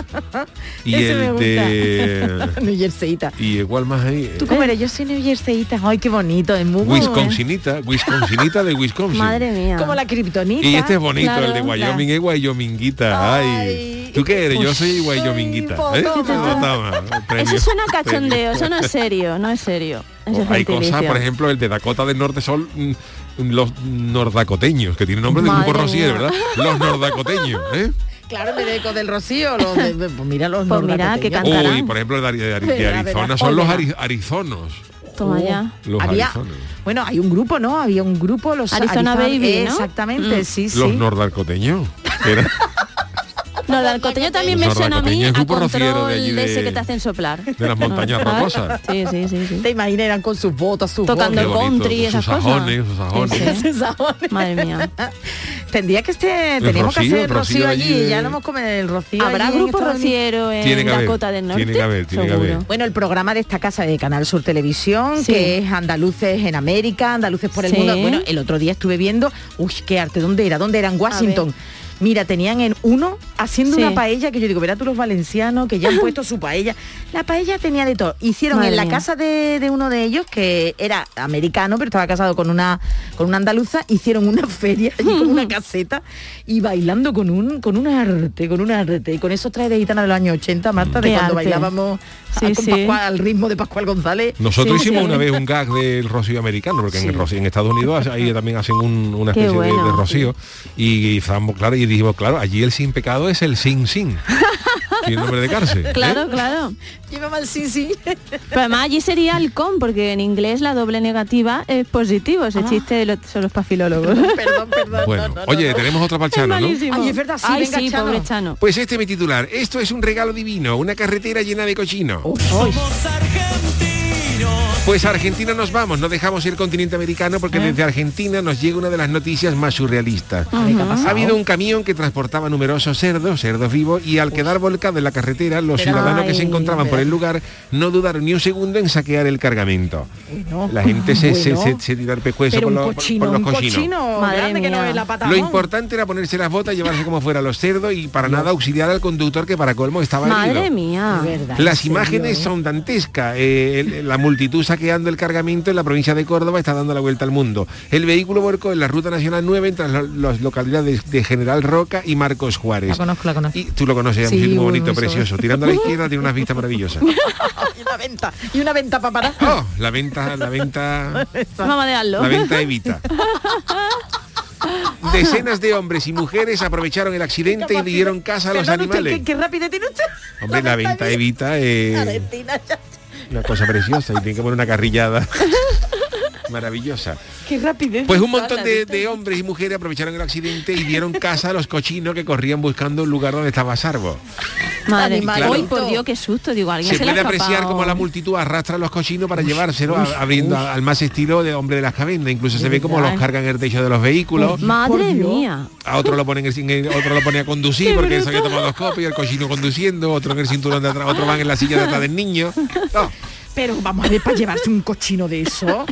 Speaker 3: y
Speaker 7: Ese me
Speaker 3: el
Speaker 7: gusta.
Speaker 3: de...
Speaker 7: Neojerseíta.
Speaker 3: Y igual más ahí... eh,
Speaker 7: ¿Tú cómo eres? Yo soy neojerseíta. Ay, qué bonito. Es muy bueno.
Speaker 3: Wisconsinita, Wisconsinita de Wisconsin.
Speaker 6: eh? Madre mía.
Speaker 7: Como la kriptonita.
Speaker 3: Y este es bonito,
Speaker 6: Claro,
Speaker 3: el de Wyoming es Wyomingita. Ay.
Speaker 7: Ay.
Speaker 3: ¿Tú qué eres? Yo
Speaker 6: pues
Speaker 7: Uy,
Speaker 3: soy Wyomingita.
Speaker 7: soy
Speaker 3: ¿eh?
Speaker 7: Potoma.
Speaker 3: Potoma, premio.
Speaker 6: Eso suena a cachondeo, eso no es serio, no es serio. Eso es
Speaker 3: Hay cosas,
Speaker 6: gentilicio.
Speaker 3: por ejemplo, el de Dakota del Norte son mm, los nordacoteños, que tiene nombre de
Speaker 6: Madre
Speaker 3: grupo Rosier,
Speaker 6: mía.
Speaker 3: ¿verdad? Los nordacoteños, ¿eh?
Speaker 7: Claro, el eco del rocío. Los de, pues mira los
Speaker 6: Pues mira,
Speaker 7: nordacoteños.
Speaker 6: qué cantante. Cantarán.
Speaker 3: Uy, por ejemplo, el de, Ari- de Ari- de
Speaker 7: Verá, verá.
Speaker 3: Arizona son los
Speaker 7: Oye.
Speaker 3: ari- arizonos.
Speaker 6: Toma ya.
Speaker 3: Oh, Los
Speaker 7: Había-
Speaker 3: arizonos.
Speaker 7: bueno, hay un grupo, ¿no? Había un grupo, los
Speaker 6: Arizona Baby, ¿no?
Speaker 7: Exactamente,
Speaker 6: Mm.
Speaker 7: sí, sí.
Speaker 3: Los nordacoteños. Era-
Speaker 6: No, del coteño también me
Speaker 3: Los
Speaker 6: suena a mí
Speaker 3: nordacoteños,
Speaker 6: a
Speaker 3: grupo rociero de
Speaker 6: control
Speaker 3: allí
Speaker 6: de,
Speaker 3: de-
Speaker 6: ese que te hacen soplar.
Speaker 3: de las montañas
Speaker 6: ¿Sabes?
Speaker 3: rocosas.
Speaker 6: Sí, sí, sí. sí.
Speaker 7: ¿Te imaginas? Eran con sus botas, sus
Speaker 6: Tocando
Speaker 3: Qué
Speaker 6: el
Speaker 3: bonito,
Speaker 6: country,
Speaker 3: sus
Speaker 6: esas
Speaker 3: sajones, sus
Speaker 6: cosas.
Speaker 3: sajones.
Speaker 6: Sí, sí.
Speaker 7: botas. sabores.
Speaker 6: Madre mía.
Speaker 7: Tendría que estar, teníamos
Speaker 3: Rocío,
Speaker 7: que hacer el rocío allí,
Speaker 3: de-
Speaker 7: ya lo hemos comido el rocío.
Speaker 6: ¿Habrá
Speaker 7: allí en
Speaker 6: grupo
Speaker 7: Estados Unidos.
Speaker 6: rociero en
Speaker 3: Tiene que haber,
Speaker 6: Dakota del Norte?
Speaker 3: tiene que haber, tiene que
Speaker 6: Seguro.
Speaker 3: haber.
Speaker 7: Bueno, el programa de esta casa de Canal Sur Televisión,
Speaker 6: Sí.
Speaker 7: que es Andaluces en América, Andaluces por el
Speaker 6: Sí.
Speaker 7: mundo. Bueno, el otro día estuve viendo, uy, qué arte, ¿dónde era? ¿Dónde era? En Washington. Mira, tenían en uno haciendo
Speaker 6: Sí.
Speaker 7: una paella que yo digo, verá tú los valencianos que ya han puesto su paella. La paella tenía de todo. Hicieron
Speaker 6: Madre
Speaker 7: en la
Speaker 6: mía.
Speaker 7: casa de, de uno de ellos, que era americano, pero estaba casado con una con una andaluza, hicieron una feria allí con una caseta y bailando con un con un arte, con un arte. Y con esos trajes de gitana de los años 80, Marta, de
Speaker 6: Qué
Speaker 7: cuando
Speaker 6: arte.
Speaker 7: bailábamos
Speaker 6: Sí,
Speaker 7: a- Ah, con
Speaker 6: sí.
Speaker 7: Pascual- al ritmo de Pascual González.
Speaker 3: Nosotros
Speaker 6: Sí,
Speaker 3: hicimos
Speaker 6: sí.
Speaker 3: una vez un gag del rocío americano, porque en, el rocío- en Estados Unidos ahí también hacen un- una
Speaker 6: Qué
Speaker 3: especie de- de,
Speaker 6: bueno.
Speaker 3: rocío. Y, estábamos, claro, y dijimos, claro, allí el sin pecado es el sin sin. Tiene nombre de cárcel. ¿eh?
Speaker 6: Claro, claro.
Speaker 7: Llévame al sí, sí.
Speaker 6: Pero además allí sería halcón, porque en inglés la doble negativa es positivo.
Speaker 7: Ah.
Speaker 6: Ese chiste de los, son los pafilólogos.
Speaker 7: perdón, perdón.
Speaker 3: Bueno,
Speaker 7: no, no,
Speaker 3: oye,
Speaker 7: no.
Speaker 3: tenemos otra
Speaker 6: Es
Speaker 3: palchana, ¿no?
Speaker 6: malísimo.
Speaker 7: Ay, es verdad, sí,
Speaker 6: Ay,
Speaker 7: venga,
Speaker 6: sí,
Speaker 7: Chano.
Speaker 6: pobre Chano.
Speaker 3: Pues este es mi titular. Esto es un regalo divino, una carretera llena de cochino. Pues a Argentina nos vamos, no dejamos el continente americano porque
Speaker 7: ¿Eh?
Speaker 3: desde Argentina nos llega una de las noticias más surrealistas. Ha habido un camión que transportaba numerosos cerdos, cerdos vivos, y al quedar volcado en la carretera, los
Speaker 6: Pero-
Speaker 3: ciudadanos que se
Speaker 6: Ay,
Speaker 3: encontraban por el lugar no dudaron ni un segundo en saquear el cargamento.
Speaker 7: Bueno,
Speaker 3: La gente se, se,
Speaker 7: Oh, bueno.
Speaker 3: se, se tira el pescuezo
Speaker 7: Pero
Speaker 3: por,
Speaker 7: un
Speaker 3: los- por-
Speaker 7: cochino,
Speaker 3: por los
Speaker 7: un
Speaker 3: cochinos.
Speaker 7: cochino
Speaker 6: Madre
Speaker 7: grande que no
Speaker 6: mía.
Speaker 7: es la pata.
Speaker 3: Lo importante era ponerse las botas, llevarse como fuera los cerdos y para nada auxiliar al conductor que para colmo estaba
Speaker 6: Madre
Speaker 3: herido.
Speaker 6: mía.
Speaker 3: Las imágenes son dantescas. Eh, el- la multitud saqueando el cargamento en la provincia de Córdoba está dando la vuelta al mundo. El vehículo volcó en la Ruta Nacional 9 entre las, las localidades de General Roca y Marcos Juárez.
Speaker 7: La conozco, la conozco.
Speaker 3: Y tú lo conoces, es
Speaker 7: Sí,
Speaker 3: un sitio muy
Speaker 7: muy
Speaker 3: bonito,
Speaker 7: bonito.
Speaker 3: precioso. Tirando a la izquierda tiene unas vistas maravillosas.
Speaker 7: y una venta, y una venta para parar.
Speaker 3: Oh, la venta, la venta
Speaker 6: Mamá de Aldo.
Speaker 3: La venta evita. Decenas de hombres y mujeres aprovecharon el accidente y dieron casa a los
Speaker 7: Perdón, usted,
Speaker 3: animales.
Speaker 7: ¿Qué, qué rápido tiene usted?
Speaker 3: Hombre, la venta evita eh, es
Speaker 7: Valentina, ya-
Speaker 3: una cosa preciosa y tiene que poner una carrillada maravillosa.
Speaker 7: Qué rapidez.
Speaker 3: Pues un montón de, de hombres y mujeres aprovecharon el accidente y dieron casa a los cochinos que corrían buscando un lugar donde estaba a salvo.
Speaker 6: Madre mía.
Speaker 7: Animalito.
Speaker 6: Uy, por Dios, qué susto. Digo, alguien
Speaker 3: Se
Speaker 6: se, le ha
Speaker 3: puede apreciar
Speaker 6: escapado.
Speaker 3: como la multitud arrastra a los cochinos para llevárselo a- abriendo a- al más estilo de hombre de las cavernas. Incluso se ve como los cargan en el techo de los vehículos.
Speaker 6: Madre mía.
Speaker 3: A otro lo ponen en el- otro lo pone a conducir porque eso había tomado dos copias, el cochino conduciendo, otro en el cinturón de atrás, otro van en la silla de atrás del niño. No,
Speaker 7: Pero vamos a ver para llevarse un cochino de eso.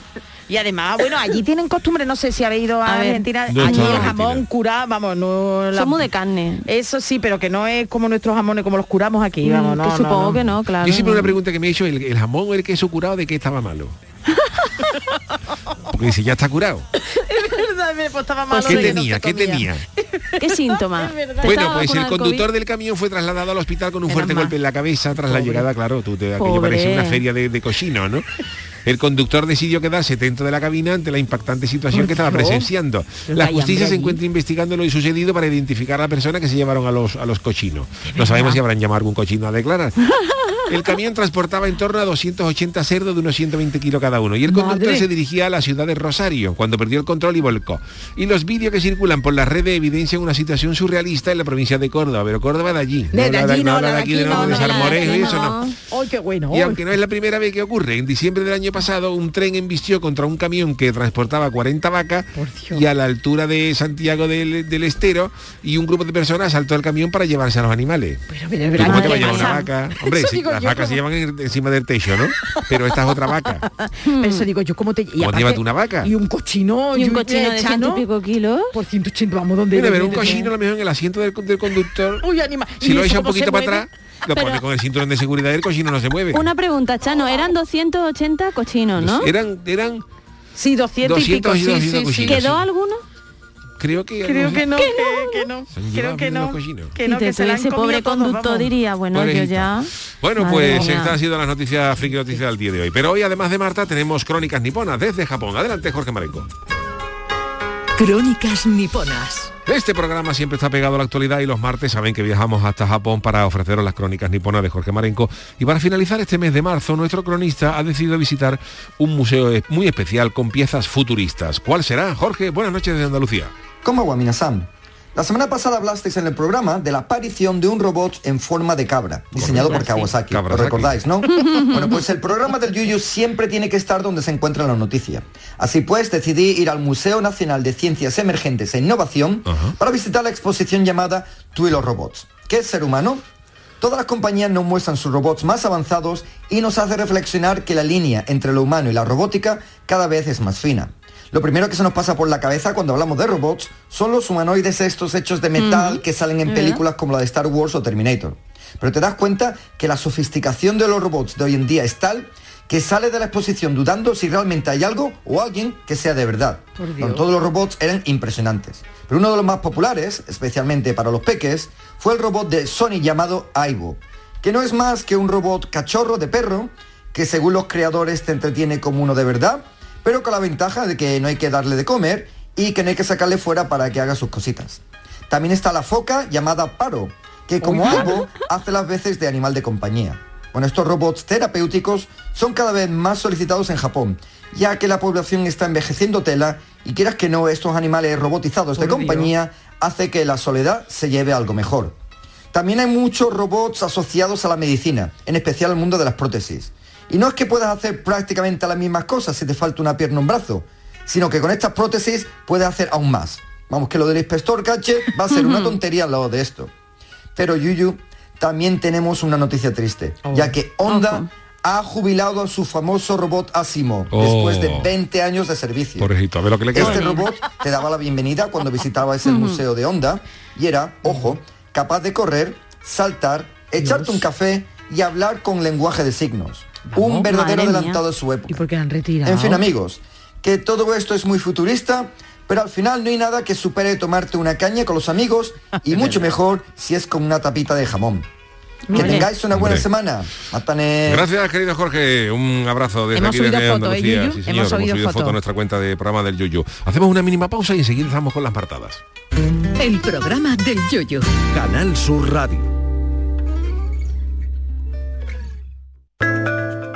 Speaker 7: Y además, bueno, allí tienen costumbre, no sé si habéis ido a,
Speaker 6: A ver.
Speaker 7: Argentina,
Speaker 3: No he
Speaker 7: allí
Speaker 3: estado en
Speaker 7: el
Speaker 3: Argentina.
Speaker 7: jamón curado, vamos, no la-
Speaker 6: Somos de carne.
Speaker 7: Eso sí, pero que no es como nuestros jamones, como los curamos aquí, vamos, no,
Speaker 6: Mm, que
Speaker 7: no,
Speaker 6: supongo
Speaker 7: no.
Speaker 6: que no, claro.
Speaker 3: Yo siempre
Speaker 6: no.
Speaker 3: una pregunta que me he hecho, ¿el, el jamón o el queso curado de qué estaba malo? Porque dice, ya está curado.
Speaker 7: Es verdad, me postaba malo
Speaker 3: ¿Qué
Speaker 7: de que no
Speaker 3: tenía?
Speaker 7: se
Speaker 3: ¿Qué
Speaker 7: comía.
Speaker 3: tenía?
Speaker 6: ¿Qué síntoma?
Speaker 7: Es verdad.
Speaker 6: ¿Te
Speaker 3: Bueno,
Speaker 6: estaba
Speaker 3: pues el
Speaker 6: vacunado del
Speaker 3: conductor
Speaker 6: COVID?
Speaker 3: del camión fue trasladado al hospital con un
Speaker 6: Eran
Speaker 3: fuerte
Speaker 6: más.
Speaker 3: golpe en la cabeza tras la llegada, claro, tú te, aquello
Speaker 6: Pobre.
Speaker 3: parecía una feria de, de cochino, ¿no? El conductor decidió quedarse dentro de la cabina ante la impactante situación que estaba
Speaker 7: Dios.
Speaker 3: presenciando.
Speaker 7: Pero
Speaker 3: La
Speaker 7: que hay
Speaker 3: justicia
Speaker 7: hambre
Speaker 3: se
Speaker 7: allí.
Speaker 3: encuentra investigando lo sucedido para identificar a la persona que se llevaron a los, a los cochinos. No sabemos si habrán llamado a algún cochino a declarar. El camión transportaba en torno a 280 cerdos de unos 120 kilos cada uno y el conductor
Speaker 7: Madre.
Speaker 3: se dirigía a la ciudad de Rosario cuando perdió el control y volcó. Y los vídeos que circulan por las redes evidencian una situación surrealista en la provincia de Córdoba, pero Córdoba de allí.
Speaker 7: De
Speaker 3: la
Speaker 7: allí,
Speaker 3: la
Speaker 7: no, la de aquí,
Speaker 3: de,
Speaker 7: no,
Speaker 3: de
Speaker 7: no, la de
Speaker 3: Salmorejo
Speaker 6: aquí,
Speaker 3: y eso no.
Speaker 6: no.
Speaker 7: ¡Ay, qué bueno!
Speaker 3: Y aunque no es la primera vez que ocurre, en diciembre del año pasado un tren embistió contra un camión que transportaba 40 vacas
Speaker 7: Por Dios.
Speaker 3: y a la altura de Santiago del, del Estero y un grupo de personas saltó al camión para llevarse a los animales.
Speaker 7: Pero, pero,
Speaker 3: ¿Tú
Speaker 7: pero,
Speaker 3: ¿Cómo te va a
Speaker 7: ¿qué
Speaker 3: llevar una
Speaker 7: pasa?
Speaker 3: vaca? Hombre,
Speaker 7: Eso
Speaker 3: sí,
Speaker 7: digo
Speaker 3: las
Speaker 7: yo,
Speaker 3: vacas se
Speaker 7: ¿cómo?
Speaker 3: llevan en- encima del techo, ¿no? Pero esta es otra vaca.
Speaker 7: Pero eso digo yo, ¿cómo te y
Speaker 3: ¿Cómo te
Speaker 7: aparte-
Speaker 3: llevas tú una vaca?
Speaker 7: Y un cochino.
Speaker 6: Y un
Speaker 7: yo-
Speaker 6: cochino de
Speaker 7: leche,
Speaker 6: ciento
Speaker 7: ¿no?
Speaker 6: y pico kilos.
Speaker 7: Por 180, vamos, ¿dónde?
Speaker 3: Mira, a ver, un
Speaker 7: dónde-
Speaker 3: cochino a lo mejor en el asiento del, del conductor.
Speaker 7: Uy, anima.
Speaker 3: Si
Speaker 7: ¿Y
Speaker 3: lo
Speaker 7: eso
Speaker 3: echa un
Speaker 7: cómo se
Speaker 3: poquito para
Speaker 7: mueve?
Speaker 3: atrás, lo
Speaker 6: Pero-
Speaker 3: pone con el cinturón de seguridad y el cochino no se mueve.
Speaker 6: Una pregunta, Chano, eran 280 cochinos, ¿no?
Speaker 3: Eran, eran,
Speaker 7: Sí, 200, y pico.
Speaker 3: 200 y
Speaker 7: sí,
Speaker 3: 200
Speaker 7: sí, sí.
Speaker 3: cochinos.
Speaker 6: ¿Quedó
Speaker 3: sí.
Speaker 6: alguno?
Speaker 3: creo que...
Speaker 7: Creo
Speaker 3: no
Speaker 7: que
Speaker 3: sé.
Speaker 7: no, que, que no.
Speaker 3: Se han llevado
Speaker 7: Creo que
Speaker 3: bien los
Speaker 7: no.
Speaker 3: cochinos.
Speaker 7: Que no,
Speaker 6: Y te-
Speaker 7: que se la han
Speaker 6: ese
Speaker 7: comido
Speaker 6: pobre
Speaker 7: todos,
Speaker 6: conducto
Speaker 7: vamos.
Speaker 6: diría, bueno,
Speaker 3: Pobrecito.
Speaker 6: yo ya...
Speaker 3: Bueno,
Speaker 6: Madre
Speaker 3: pues
Speaker 6: mía.
Speaker 3: estas han sido las noticias friki noticias del día de hoy. Pero hoy, además de Marta, tenemos crónicas niponas desde Japón. Adelante, Jorge Marenco.
Speaker 1: Crónicas niponas.
Speaker 3: Este programa siempre está pegado a la actualidad y los martes saben que viajamos hasta Japón para ofreceros las crónicas niponas de Jorge Marenco. Y para finalizar este mes de marzo, nuestro cronista ha decidido visitar un museo es- muy especial con piezas futuristas. ¿Cuál será? Jorge, buenas noches desde Andalucía.
Speaker 4: Como Wamina-san. La semana pasada hablasteis en el programa de la aparición de un robot en forma de cabra, diseñado por Kawasaki. Lo
Speaker 3: Kawasaki.
Speaker 4: recordáis, ¿no? Bueno, pues el programa del Yuyu siempre tiene que estar donde se encuentra la noticia. Así pues, decidí ir al Museo Nacional de Ciencias Emergentes e Innovación
Speaker 3: Ajá.
Speaker 4: para visitar la exposición llamada Tú y los robots. ¿Qué es ser humano? Todas las compañías nos muestran sus robots más avanzados y nos hace reflexionar que la línea entre lo humano y la robótica cada vez es más fina. Lo primero que se nos pasa por la cabeza cuando hablamos de robots son los humanoides estos hechos de metal que salen en
Speaker 6: ¿verdad?
Speaker 4: películas como la de Star Wars o Terminator. Pero te das cuenta que la sofisticación de los robots de hoy en día es tal que sale de la exposición dudando si realmente hay algo o alguien que sea de verdad.
Speaker 7: Por
Speaker 4: Bueno,
Speaker 7: Dios.
Speaker 4: todo todos los robots eran impresionantes. Pero uno de los más populares, especialmente para los peques, fue el robot de Sony llamado Aibo, que no es más que un robot cachorro de perro que según los creadores te entretiene como uno de verdad, pero con la ventaja de que no hay que darle de comer y que no hay que sacarle fuera para que haga sus cositas. También está la foca llamada Paro, que como Aibo hace las veces de animal de compañía. Bueno, estos robots terapéuticos son cada vez más solicitados en Japón, ya que la población está envejeciendo tela y quieras que no, estos animales robotizados de compañía hace que la soledad se lleve algo mejor. También hay muchos robots asociados a la medicina, en especial al mundo de las prótesis. Y no es que puedas hacer prácticamente las mismas cosas si te falta una pierna o un brazo, sino que con estas prótesis puedes hacer aún más. Vamos, que lo del inspector cache va a ser una tontería al lado de esto. Pero Yuyu, también tenemos una noticia triste, ya que Honda ha jubilado a su famoso robot Asimo
Speaker 3: Oh.
Speaker 4: después de 20 años de servicio.
Speaker 3: Pobrecito, a ver lo que le queda.
Speaker 4: Este robot te daba la bienvenida cuando visitabas el museo de Honda y era, ojo, capaz de correr, saltar, echarte un café y hablar con lenguaje de signos.
Speaker 7: Vamos,
Speaker 4: un verdadero
Speaker 6: madre mía.
Speaker 4: adelantado de su
Speaker 7: ¿Y
Speaker 4: época.
Speaker 7: por qué la han retirado?
Speaker 4: En fin, amigos, que todo esto es muy futurista, pero al final no hay nada que supere tomarte una caña con los amigos y mucho mejor si es con una tapita de jamón. Que
Speaker 6: Ole.
Speaker 4: tengáis una buena
Speaker 3: Hombre.
Speaker 4: semana. Matane.
Speaker 3: Gracias, querido Jorge. Un abrazo desde
Speaker 7: Hemos
Speaker 3: aquí,
Speaker 7: subido
Speaker 3: desde
Speaker 7: foto, ¿eh,
Speaker 3: Andalucía.
Speaker 7: Yuyu?
Speaker 3: Sí,
Speaker 7: Hemos
Speaker 3: señor, hemos
Speaker 7: subido
Speaker 3: subido foto.
Speaker 7: foto.
Speaker 3: a nuestra cuenta de programa del Yuyu. Hacemos una mínima pausa y enseguida estamos con las martadas.
Speaker 1: El programa del yoyo.
Speaker 8: Canal Sur Radio.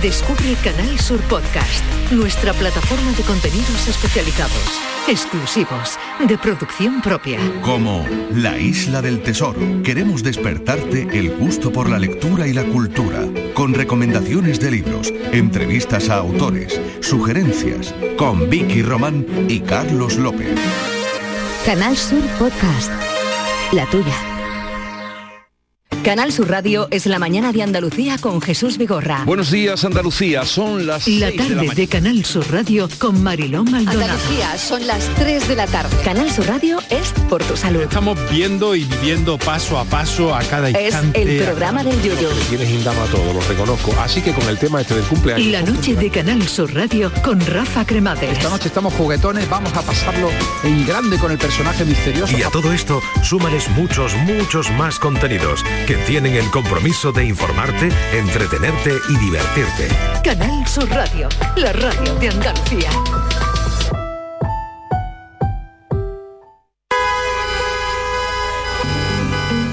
Speaker 1: Descubre Canal Sur Podcast, nuestra plataforma de contenidos especializados, exclusivos, de producción propia.
Speaker 9: Como La Isla del Tesoro, queremos despertarte el gusto por la lectura y la cultura, con recomendaciones de libros, entrevistas a autores, sugerencias, con Vicky Román y Carlos López.
Speaker 10: Canal Sur Podcast. La tuya.
Speaker 8: Canal Sur Radio es la mañana de Andalucía con Jesús Vigorra.
Speaker 11: Buenos días Andalucía, son las
Speaker 1: La
Speaker 11: seis de la
Speaker 1: tarde
Speaker 11: mañana.
Speaker 1: de Canal Sur Radio con Mariló Maldonado.
Speaker 8: Andalucía, son las 3 de la tarde. Canal Sur Radio es por tu salud.
Speaker 12: Estamos viendo y viviendo paso a paso a cada
Speaker 8: Es
Speaker 12: instante.
Speaker 8: el programa del yoyo.
Speaker 3: Tienes indama todo, lo reconozco. Así que con el tema este del cumpleaños.
Speaker 1: La noche de Canal Sur Radio con Rafa Cremades.
Speaker 13: Esta noche estamos juguetones, vamos a pasarlo en grande con el personaje misterioso.
Speaker 14: Y a todo esto, súmales muchos, muchos más contenidos que tienen el compromiso de informarte, entretenerte y divertirte.
Speaker 1: Canal Sur Radio, la radio de Andalucía.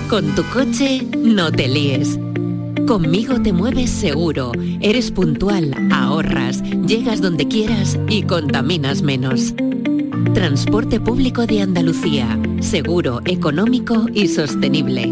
Speaker 10: Con tu coche no te líes. Conmigo te mueves seguro, eres puntual, ahorras, llegas donde quieras y contaminas menos. Transporte público de Andalucía, seguro, económico y sostenible.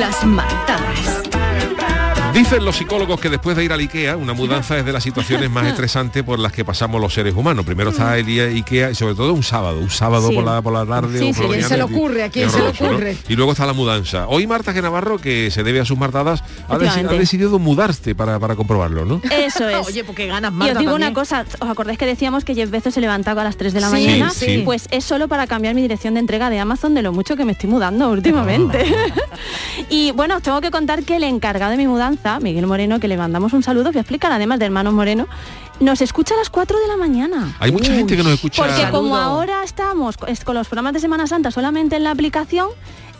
Speaker 1: Las martadas.
Speaker 3: Dicen los psicólogos que después de ir al IKEA, una mudanza es de las situaciones más estresantes por las que pasamos los seres humanos. Primero está el día IKEA y sobre todo un sábado, un sábado
Speaker 7: Mm. Sí.
Speaker 3: por, la, por la tarde.
Speaker 7: Sí,
Speaker 3: o
Speaker 7: sí,
Speaker 3: por la mañana,
Speaker 7: ¿a quién se le
Speaker 3: es-
Speaker 7: ocurre? ¿A
Speaker 3: es
Speaker 7: quién se le
Speaker 3: horroroso, ¿no?
Speaker 7: ocurre?
Speaker 3: Y luego está la mudanza. Hoy Marta Genavarro, que se debe a sus martadas, ha, deci-
Speaker 6: Efectivamente.
Speaker 3: ha decidido mudarse para, para comprobarlo, ¿no?
Speaker 6: Eso es.
Speaker 7: Oye, porque ganas
Speaker 6: Y
Speaker 7: más.
Speaker 6: os digo una cosa, ¿os acordáis que decíamos que Jeff Bezos se levantaba a las 3 de la
Speaker 7: Sí,
Speaker 6: mañana?
Speaker 7: sí. Sí.
Speaker 6: Pues es solo para cambiar mi dirección de entrega de Amazon de lo mucho que me estoy mudando últimamente. y bueno, os tengo que contar que el encargado de mi mudanza, Miguel Moreno, que le mandamos un saludo, os voy a explicar, además de Hermanos Moreno, nos escucha a las 4 de la mañana.
Speaker 3: Hay mucha gente que nos escucha.
Speaker 6: Porque como ahora estamos co- es- con los programas de Semana Santa solamente en la aplicación,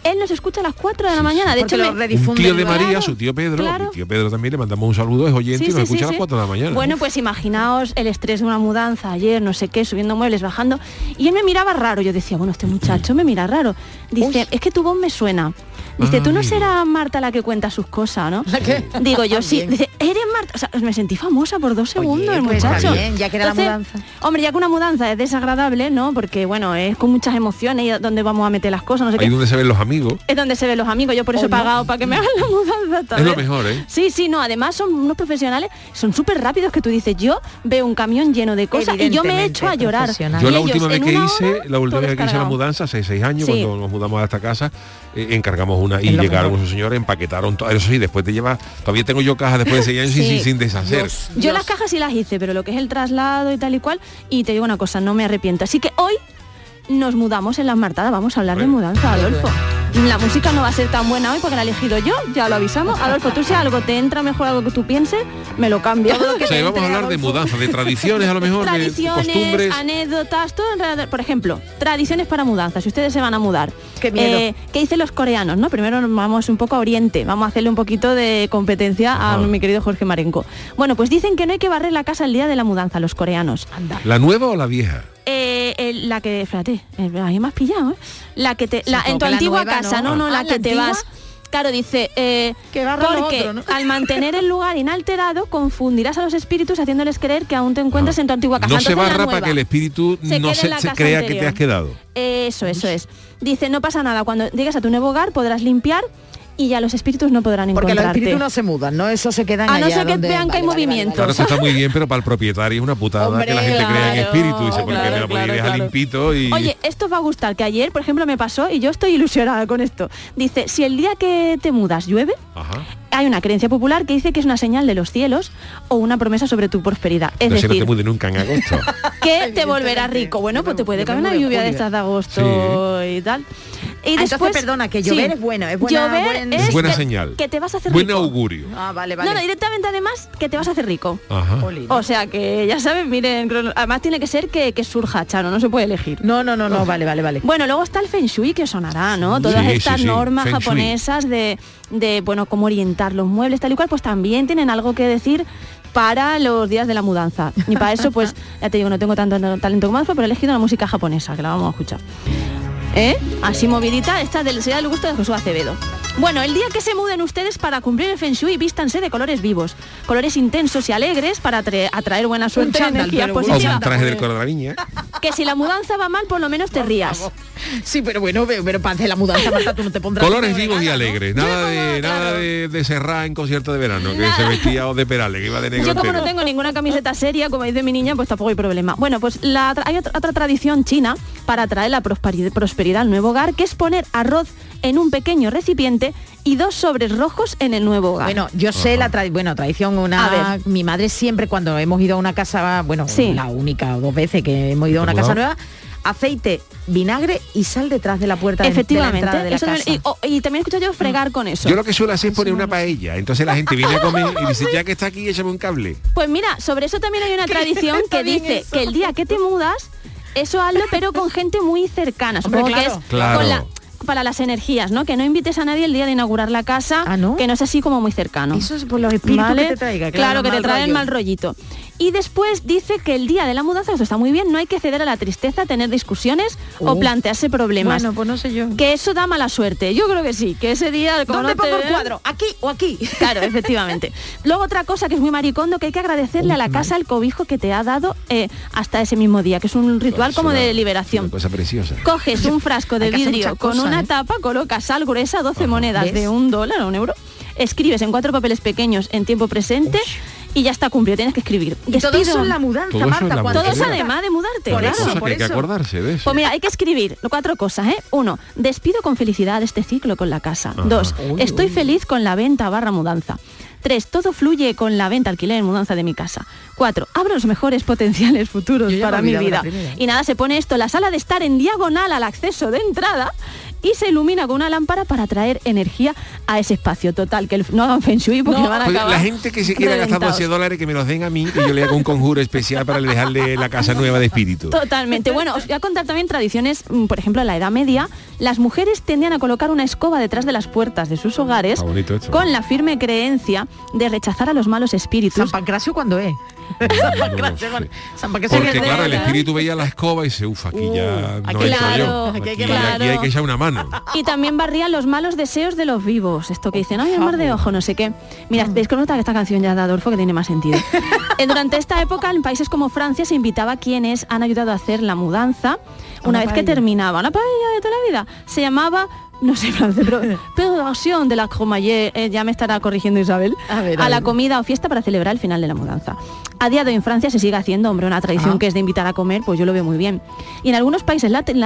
Speaker 6: él nos escucha a las 4 de la mañana. De hecho, me-
Speaker 3: un tío de María, su tío Pedro,
Speaker 6: claro.
Speaker 3: mi tío Pedro también le mandamos un saludo, es oyente
Speaker 6: Sí,
Speaker 3: y nos
Speaker 6: sí,
Speaker 3: escucha
Speaker 6: sí,
Speaker 3: a las
Speaker 6: sí.
Speaker 3: 4 de la mañana.
Speaker 6: Bueno, pues imaginaos el estrés de una mudanza ayer, no sé qué, subiendo muebles, bajando. Y él me miraba raro. Yo decía, bueno, este muchacho me mira raro. Dice, es que tu voz me suena. Dice,
Speaker 3: Ah.
Speaker 6: tú no serás Marta la que cuenta sus cosas, ¿no? Digo yo, sí. Dice, eres Marta. O sea, me sentí famosa por dos segundos, el
Speaker 7: pues está
Speaker 6: muchacho.
Speaker 7: bien, ya que era la
Speaker 6: Hombre, ya que una mudanza es desagradable, ¿no? Porque, bueno, es con muchas emociones y donde vamos a meter las cosas, no sé
Speaker 3: Ahí
Speaker 7: pues
Speaker 6: qué.
Speaker 3: donde se ven los amigos.
Speaker 6: Es donde se ven los amigos, yo por eso he pagado para que me hagan la mudanza.
Speaker 3: Es lo
Speaker 6: ¿sabes?
Speaker 3: mejor, ¿eh?
Speaker 6: Sí, sí, no, además son unos profesionales, son súper rápidos que tú dices, yo veo un camión lleno de cosas y yo me echo a llorar.
Speaker 3: Yo
Speaker 6: Y
Speaker 3: la
Speaker 6: ellos,
Speaker 3: última vez
Speaker 6: en
Speaker 3: que
Speaker 6: una
Speaker 3: hice, la última vez que hice la
Speaker 6: descargado.
Speaker 3: mudanza, hace seis años,
Speaker 6: Sí.
Speaker 3: cuando nos mudamos a esta casa, eh, encargamos una y llegaron unos señores, empaquetaron todo. Eso sí, después te lleva, todavía tengo yo cajas después de seis años sin-
Speaker 6: Sí.
Speaker 3: sin, sin deshacer.
Speaker 6: Yo las cajas sí las hice, pero lo que es el traslado y tal y cual, y te digo una cosa, no me arrepiento. Así que hoy nos mudamos en las martadas, vamos a hablar de mudanza, Adolfo. La música no va a ser tan buena hoy porque la he elegido yo, ya lo avisamos. Adolfo, tú si algo te entra mejor algo que tú pienses, me lo cambias.
Speaker 3: O sea, vamos a hablar de mudanza, de tradiciones a lo mejor, de
Speaker 6: tradiciones,
Speaker 3: costumbres.
Speaker 6: anécdotas, todo en realidad- Por ejemplo, tradiciones para mudanzas. Si ustedes se van a mudar, Eh,
Speaker 7: Qué miedo.
Speaker 6: ¿qué dicen los coreanos? No, primero nos vamos un poco a Oriente. Vamos a hacerle un poquito de competencia a mi querido Jorge Marenco. Bueno, pues dicen que no hay que barrer la casa el día de la mudanza, los coreanos.
Speaker 3: ¿La nueva o la vieja?
Speaker 6: Eh, eh, la que, espérate, eh, ahí me has pillado, ¿eh? La que te, la, en
Speaker 7: supongo
Speaker 6: tu
Speaker 7: que la
Speaker 6: antigua
Speaker 7: nueva,
Speaker 6: casa,
Speaker 7: ¿no?
Speaker 6: no, no,
Speaker 7: Ah,
Speaker 6: la
Speaker 7: ¿la
Speaker 6: que te
Speaker 7: antigua?
Speaker 6: vas. Claro, dice, eh,
Speaker 7: Que barra lo
Speaker 6: porque
Speaker 7: otro, ¿no?
Speaker 6: al mantener el lugar inalterado confundirás a los espíritus haciéndoles creer que aún te encuentras en tu antigua casa.
Speaker 3: No se
Speaker 6: Entonces, la
Speaker 3: barra para
Speaker 6: nueva.
Speaker 3: que el espíritu
Speaker 6: Se quede
Speaker 3: no
Speaker 6: en
Speaker 3: se,
Speaker 6: la
Speaker 3: se
Speaker 6: casa
Speaker 3: crea que te
Speaker 6: anterior.
Speaker 3: has quedado.
Speaker 6: Eso, eso es. Dice, no pasa nada, cuando llegues a tu nuevo hogar podrás limpiar y ya los espíritus no podrán
Speaker 7: Porque los
Speaker 6: encontrarte.
Speaker 7: espíritus no se mudan, ¿no? Eso se quedan
Speaker 6: a no
Speaker 7: allá
Speaker 6: ser que
Speaker 7: donde-
Speaker 6: vean que hay
Speaker 7: Vale, vale, vale,
Speaker 6: movimiento.
Speaker 3: Claro, eso está muy bien, pero para el propietario es una putada
Speaker 6: Hombre,
Speaker 3: que la gente crea en
Speaker 6: claro,
Speaker 3: espíritu. Dice, porque
Speaker 6: claro,
Speaker 3: me la podía
Speaker 6: claro,
Speaker 3: dejar
Speaker 6: claro.
Speaker 3: limpito y...
Speaker 6: Oye, esto os va a gustar, que ayer, por ejemplo, me pasó y yo estoy ilusionada con esto. Dice, si el día que te mudas llueve,
Speaker 3: Ajá.
Speaker 6: hay una creencia popular que dice que es una señal de los cielos o una promesa sobre tu prosperidad. Es
Speaker 3: No se no te
Speaker 6: decir,
Speaker 3: mude nunca en agosto.
Speaker 6: que te volverás rico. Bueno, pues te puede caer una lluvia de estas de agosto y tal.
Speaker 7: Ah,
Speaker 6: Y
Speaker 7: entonces,
Speaker 6: después,
Speaker 7: perdona, que llover es bueno, es buena-
Speaker 6: llover
Speaker 7: buen-
Speaker 6: es
Speaker 3: Es buena
Speaker 6: que-
Speaker 3: señal.
Speaker 6: Que te vas a hacer
Speaker 3: Buen
Speaker 6: rico.
Speaker 3: augurio.
Speaker 7: Ah, vale, vale.
Speaker 6: No, no, directamente además que te vas a hacer rico.
Speaker 3: Ajá.
Speaker 7: Oh,
Speaker 6: O sea que ya sabes, miren, crono- además tiene que ser que, que surja, Chano, no se puede elegir.
Speaker 7: No, no, no, no, vale, vale, vale.
Speaker 6: Bueno, luego está el Feng Shui que sonará, ¿no? Todas
Speaker 3: Sí, sí,
Speaker 6: estas
Speaker 3: sí,
Speaker 6: normas
Speaker 3: Feng Shui.
Speaker 6: japonesas de, de, bueno, cómo orientar los muebles, tal y cual, pues también tienen algo que decir para los días de la mudanza. Y para eso, pues, ya te digo, no tengo tanto no- talento como Alfa, pero he elegido la música japonesa, que la vamos a escuchar. ¿Eh? Así movidita, esta del, será del gusto de Jesús Acevedo. Bueno, el día que se muden ustedes para cumplir el Feng Shui, vístanse de colores vivos, colores intensos y alegres para atre- atraer buena suerte y
Speaker 7: chándal,
Speaker 6: energía
Speaker 7: pero bueno.
Speaker 3: O sea,
Speaker 6: positiva.
Speaker 3: Ah, un traje del color de la ¿eh? viña.
Speaker 6: Que si la mudanza va mal, por lo menos te rías.
Speaker 7: Sí, pero bueno, pero, para hacer la mudanza, Marta, tú no te pondrás...
Speaker 3: Colores vivos y alegres. Nada de nada de, de Serra en concierto de verano, que se vestía o de perales, que iba de negro
Speaker 6: Yo como no
Speaker 3: entero.
Speaker 6: tengo ninguna camiseta seria, como dice mi niña, pues tampoco hay problema. Bueno, pues la tra- hay otra, otra tradición china para atraer la prosperi- prosperidad al nuevo hogar, que es poner arroz en un pequeño recipiente y dos sobres rojos en el nuevo hogar.
Speaker 7: Bueno, yo sé la tra- bueno, tradición, una
Speaker 6: A ver.
Speaker 7: mi madre siempre cuando hemos ido a una casa, bueno, la única o dos veces que hemos ido a una
Speaker 6: Mudado.
Speaker 7: casa nueva, aceite, vinagre y sal detrás de la puerta de- de la
Speaker 6: Efectivamente.
Speaker 7: entrada de la
Speaker 6: eso
Speaker 7: casa.
Speaker 6: también- y, oh, y también he escuchado yo fregar con eso.
Speaker 3: Mm. Yo lo que suelo hacer es poner una paella. Entonces la gente viene a comer y dice, ya que está aquí, échame un cable.
Speaker 6: Pues mira, sobre eso también hay una tradición que dice que el día que te mudas, eso hazlo pero con gente muy cercana. Supongo que es
Speaker 3: Claro.
Speaker 6: con la- para las energías, ¿no? Que no invites a nadie el día de inaugurar la casa,
Speaker 7: Ah,
Speaker 6: que no sea así como muy cercano. Eso
Speaker 7: es por los espíritus que te traiga, claro,
Speaker 6: Claro, que te
Speaker 7: mal
Speaker 6: trae el
Speaker 7: rollo.
Speaker 6: mal rollito. Y después dice que el día de la mudanza, esto está muy bien, no hay que ceder a la tristeza, tener discusiones
Speaker 7: Oh.
Speaker 6: o plantearse problemas.
Speaker 7: Bueno, pues no sé yo.
Speaker 6: Que eso da mala suerte. Yo creo que sí, que ese día... como
Speaker 7: ¿Dónde
Speaker 6: no te
Speaker 7: pongo el
Speaker 6: vean-
Speaker 7: cuadro? ¿Aquí o aquí?
Speaker 6: Claro, efectivamente. Luego otra cosa que es muy maricondo, que hay que agradecerle a la casa el cobijo que te ha dado eh, hasta ese mismo día, que es un
Speaker 3: Pues
Speaker 6: ritual como de liberación.
Speaker 3: Cosa preciosa.
Speaker 6: Coges un frasco de
Speaker 3: Hay que hacer
Speaker 6: vidrio
Speaker 3: muchas
Speaker 6: con
Speaker 3: cosas,
Speaker 6: una
Speaker 3: ¿eh?
Speaker 6: tapa, colocas sal gruesa, 12 monedas
Speaker 7: ¿Ves?
Speaker 6: de un dólar o un euro, escribes en cuatro papeles pequeños en tiempo presente y ya está cumplido, tienes que escribir.
Speaker 7: Y todo eso en la mudanza,
Speaker 3: Todo eso en Marta, la cuando-
Speaker 6: Todo eso
Speaker 3: mudanza.
Speaker 6: además de mudarte.
Speaker 3: Por
Speaker 6: claro.
Speaker 3: eso, que hay que acordarse de eso.
Speaker 6: Pues mira, hay que escribir cuatro cosas, ¿eh? Uno, despido con felicidad este ciclo con la casa.
Speaker 3: Ajá.
Speaker 6: Dos,
Speaker 3: Uy,
Speaker 6: estoy
Speaker 3: uy.
Speaker 6: feliz con la venta barra mudanza. Tres, todo fluye con la venta, alquiler, mudanza de mi casa. Cuatro, abro los mejores potenciales futuros
Speaker 7: Yo ya me
Speaker 6: para
Speaker 7: he
Speaker 6: mi
Speaker 7: olvidado la
Speaker 6: vida.
Speaker 7: primera.
Speaker 6: Y nada, se pone esto, la sala de estar en diagonal al acceso de entrada y se ilumina con una lámpara para traer energía a ese espacio. Total, que el- no hagan feng shui porque van a
Speaker 3: Pues
Speaker 6: acabar
Speaker 3: la gente que se quiera gastar
Speaker 6: reventados.
Speaker 3: 12 dólares que me los den a mí y yo le hago un conjuro especial para dejarle la casa nueva de espíritu.
Speaker 6: Totalmente. Bueno, os voy a contar también tradiciones, mm, por ejemplo, en la Edad Media, las mujeres tendían a colocar una escoba detrás de las puertas de sus hogares
Speaker 7: Está bonito esto.
Speaker 6: con la firme creencia de rechazar a los malos espíritus. ¿San
Speaker 7: Pancracio cuándo es?
Speaker 3: San Pancracio, Porque claro, el espíritu veía la escoba y se ufa, aquí ya no
Speaker 6: aquí-
Speaker 3: entro yo.
Speaker 6: claro,
Speaker 3: Aquí,
Speaker 6: aquí hay que-
Speaker 3: aquí hay
Speaker 6: claro.
Speaker 3: que echar una mano.
Speaker 6: Y también barrían los malos deseos de los vivos. Esto que dicen, ay, amor de ojo, no sé qué. Mira, desconota esta canción ya de Adolfo que tiene más sentido. Eh, Durante esta época, en países como Francia, se invitaba a quienes han ayudado a hacer la mudanza una
Speaker 7: Una
Speaker 6: vez que
Speaker 7: paella.
Speaker 6: terminaba. Una paella de toda la vida. Se llamaba... No sé francés, pero producción de la cromayer, ya me estará corrigiendo Isabel, a,
Speaker 7: ver, a
Speaker 6: la
Speaker 7: ver.
Speaker 6: comida o fiesta para celebrar el final de la mudanza. A día de hoy en Francia se sigue haciendo, hombre, una tradición
Speaker 7: Ah.
Speaker 6: que es de invitar a comer, pues yo lo veo muy bien. Y en algunos países lati-
Speaker 3: Todo lo que se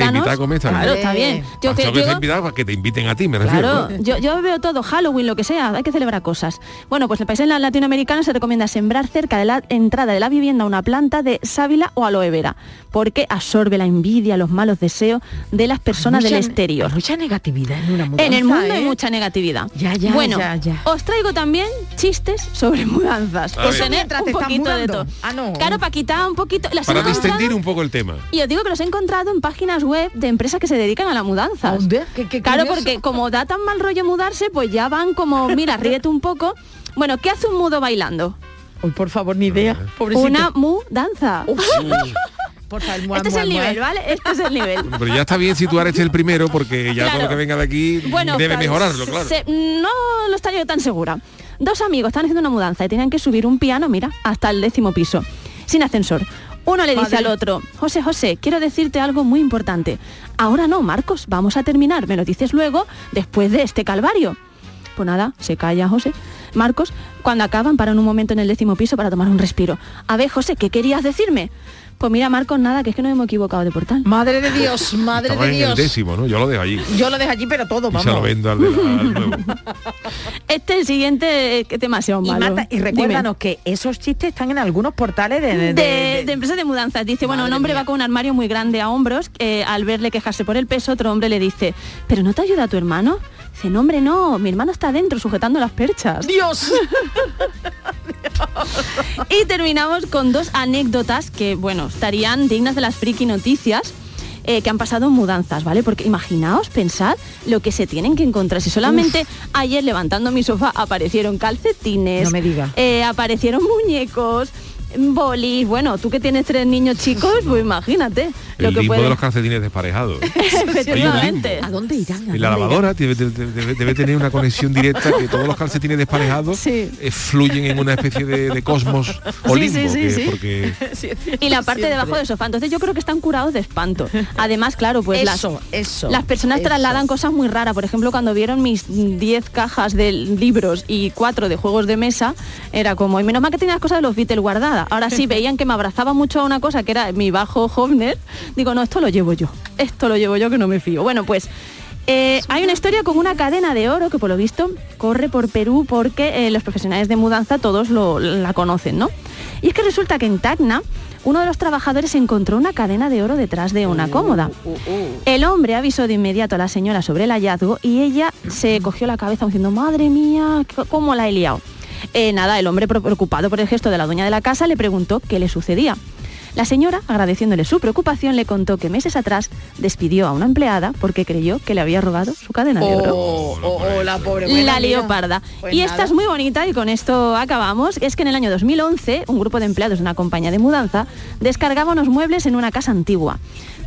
Speaker 6: latinoamericanos...
Speaker 3: invita a comer está
Speaker 6: Claro, está bien. Yo
Speaker 3: Hasta
Speaker 6: que-
Speaker 3: Ah, que
Speaker 6: yo-
Speaker 3: se invita para que te inviten a ti, me refiero.
Speaker 6: Claro,
Speaker 3: ¿no?
Speaker 6: yo, yo veo todo, Halloween, lo que sea, hay que celebrar cosas. Bueno, pues en países la- latinoamericanos se recomienda sembrar cerca de la entrada de la vivienda una planta de sábila o aloe vera, porque absorbe la envidia, los malos deseos de las personas del
Speaker 7: Mucha-
Speaker 6: exterior.
Speaker 7: Mucha negatividad en una mudanza.
Speaker 6: En el mundo hay
Speaker 7: ¿eh?
Speaker 6: mucha negatividad.
Speaker 7: Ya, ya,
Speaker 6: bueno,
Speaker 7: ya, ya.
Speaker 6: os traigo también chistes sobre mudanzas.
Speaker 3: A
Speaker 6: Por
Speaker 3: ver.
Speaker 6: tener
Speaker 7: Mientras
Speaker 6: un
Speaker 7: te estás
Speaker 6: poquito de
Speaker 7: mudando. Ah,
Speaker 6: todo. Claro, para quitar un poquito. las
Speaker 3: Para
Speaker 6: he encontrado-
Speaker 3: distendir un poco el tema.
Speaker 6: y os digo que los he encontrado en páginas web de empresas que se dedican a la mudanza. claro,
Speaker 7: curioso.
Speaker 6: porque como da tan mal rollo mudarse, pues ya van como, mira, ríete un poco. Bueno, ¿qué hace un mudo bailando?
Speaker 7: Uy, por favor, ni idea. Pobrecito.
Speaker 6: Una mudanza.
Speaker 7: Por favor,
Speaker 6: este es el nivel, ¿vale? Este es el nivel.
Speaker 3: Pero ya está bien situar este el primero porque ya todo lo que venga de aquí
Speaker 6: Bueno, pues,
Speaker 3: debe
Speaker 6: claro,
Speaker 3: mejorarlo,
Speaker 6: se-
Speaker 3: claro.
Speaker 6: se- no lo estaría yo tan segura. Dos amigos estaban haciendo una mudanza y tenían que subir un piano, mira, hasta el décimo piso, sin ascensor. Uno le dice
Speaker 7: Madre.
Speaker 6: al otro, José, José, quiero decirte algo muy importante. Ahora no, Marcos, vamos a terminar, me lo dices luego, después de este calvario. Pues nada, se calla José. Marcos, cuando acaban, paran un momento en el décimo piso para tomar un respiro. A ver, José, ¿qué querías decirme? Pues mira, Marcos, nada, que es que nos hemos equivocado de portal.
Speaker 7: Madre de Dios, madre
Speaker 3: Estaba
Speaker 7: de
Speaker 3: en el
Speaker 7: Dios.
Speaker 3: décimo, ¿no? Yo lo dejo allí.
Speaker 7: Yo lo dejo allí, pero todo,
Speaker 3: Y se lo
Speaker 7: vamos.
Speaker 3: vendo al, de la- al nuevo.
Speaker 6: Este el siguiente eh, que demasiado
Speaker 7: Y,
Speaker 6: malo.
Speaker 7: Marta, y
Speaker 6: Dime.
Speaker 7: recuérdanos que esos chistes están en algunos portales de... de-
Speaker 6: de,
Speaker 7: de-
Speaker 6: de empresas de mudanzas. Dice, bueno, un hombre va con un armario muy grande a hombros, eh, al verle quejarse por el peso, otro hombre le dice, ¿pero no te ayuda tu hermano? Dice, no, hombre, no, mi hermano está adentro sujetando las perchas.
Speaker 7: ¡Dios!
Speaker 6: y terminamos con dos anécdotas que, bueno, estarían dignas de las friki noticias. eh, que han pasado en mudanzas, ¿vale? Porque imaginaos, pensad lo que se tienen que encontrar. Si solamente ayer levantando mi sofá aparecieron calcetines,
Speaker 7: No me diga.
Speaker 6: eh, aparecieron muñecos, bolis. Bueno, tú que tienes tres niños chicos, pues imagínate.
Speaker 3: El
Speaker 6: lo que
Speaker 3: limbo
Speaker 6: puede...
Speaker 3: de los calcetines desparejados.
Speaker 6: Efectivamente.
Speaker 7: ¿A dónde irán?
Speaker 3: Y la lavadora debe, debe- debe- debe tener una conexión directa que todos los calcetines desparejados eh, fluyen en una especie de, de cosmos o
Speaker 6: Sí, sí,
Speaker 3: limbo.
Speaker 6: sí,
Speaker 3: que-
Speaker 6: sí.
Speaker 3: Porque
Speaker 6: y la parte debajo del sofá. Entonces yo creo que están curados de espanto. Además, claro, pues
Speaker 7: Eso,
Speaker 6: las,
Speaker 7: eso,
Speaker 6: las personas
Speaker 7: eso.
Speaker 6: trasladan cosas muy raras. Por ejemplo, cuando vieron mis 10 cajas de libros y 4 de juegos de mesa, era como, y menos mal que tenía las cosas de los Beatles guardadas. Ahora sí, veían que me abrazaba mucho a una cosa que era mi bajo Hofner. Digo, no, esto lo llevo yo. Esto lo llevo yo que no me fío. Bueno, pues... eh, hay una historia con una cadena de oro que por lo visto corre por Perú porque eh, los profesionales de mudanza todos lo- la conocen, ¿no? Y es que resulta que en Tacna uno de los trabajadores encontró una cadena de oro detrás de una cómoda. El hombre avisó de inmediato a la señora sobre el hallazgo y ella se cogió la cabeza diciendo, madre mía, c- ¿cómo la he liado? Eh, nada, el hombre pro- preocupado por el gesto de la dueña de la casa le preguntó qué le sucedía. La señora, agradeciéndole su preocupación, le contó que meses atrás despidió a una empleada porque creyó que le había robado su cadena de oro.
Speaker 7: Oh, oh, oh, la pobre.
Speaker 6: La
Speaker 7: buena mía.
Speaker 6: leoparda.
Speaker 7: Pues
Speaker 6: y
Speaker 7: nada.
Speaker 6: esta es muy bonita y con esto acabamos. Es que en el año 2011 un grupo de empleados de una compañía de mudanza descargaba unos muebles en una casa antigua.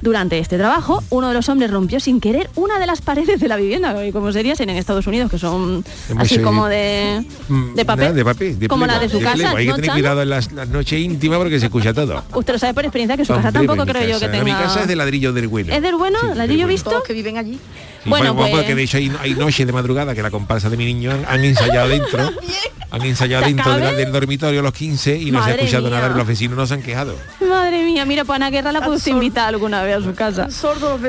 Speaker 6: Durante este trabajo, uno de los hombres rompió sin querer una de las paredes de la vivienda, como sería en Estados Unidos, que son
Speaker 3: Es muy
Speaker 6: así
Speaker 3: serio.
Speaker 6: como de,
Speaker 3: Mm,
Speaker 6: de papel.
Speaker 3: nada, de papel, de
Speaker 6: como la de
Speaker 3: pleno,
Speaker 6: su casa.
Speaker 3: pleno. Hay que
Speaker 6: ¿no,
Speaker 3: tener
Speaker 6: Chano?
Speaker 3: cuidado en las, las noches íntimas porque se escucha todo.
Speaker 6: Usted lo sabe por experiencia que su casa
Speaker 3: Hombre,
Speaker 6: tampoco
Speaker 3: mi
Speaker 6: creo yo que
Speaker 3: casa-
Speaker 6: tenga...
Speaker 3: Mi casa es de ladrillo del bueno.
Speaker 6: ¿Es del bueno? ¿Ladrillo visto?
Speaker 7: que viven allí.
Speaker 3: Y
Speaker 6: Bueno,
Speaker 3: bueno,
Speaker 6: pues-
Speaker 3: porque de hecho hay, hay noches de madrugada que la comparsa de mi niño han, han ensayado dentro. Han ensayado
Speaker 6: ¿Te
Speaker 3: dentro de la-
Speaker 6: acabes?
Speaker 3: del dormitorio a los 15 y no se ha
Speaker 6: Madre
Speaker 3: escuchado
Speaker 6: mía.
Speaker 3: nada, los vecinos no se han quejado.
Speaker 6: Madre mía, mira, para Ana Guerra
Speaker 3: Ah,
Speaker 6: la puedo invitar alguna vez a su casa.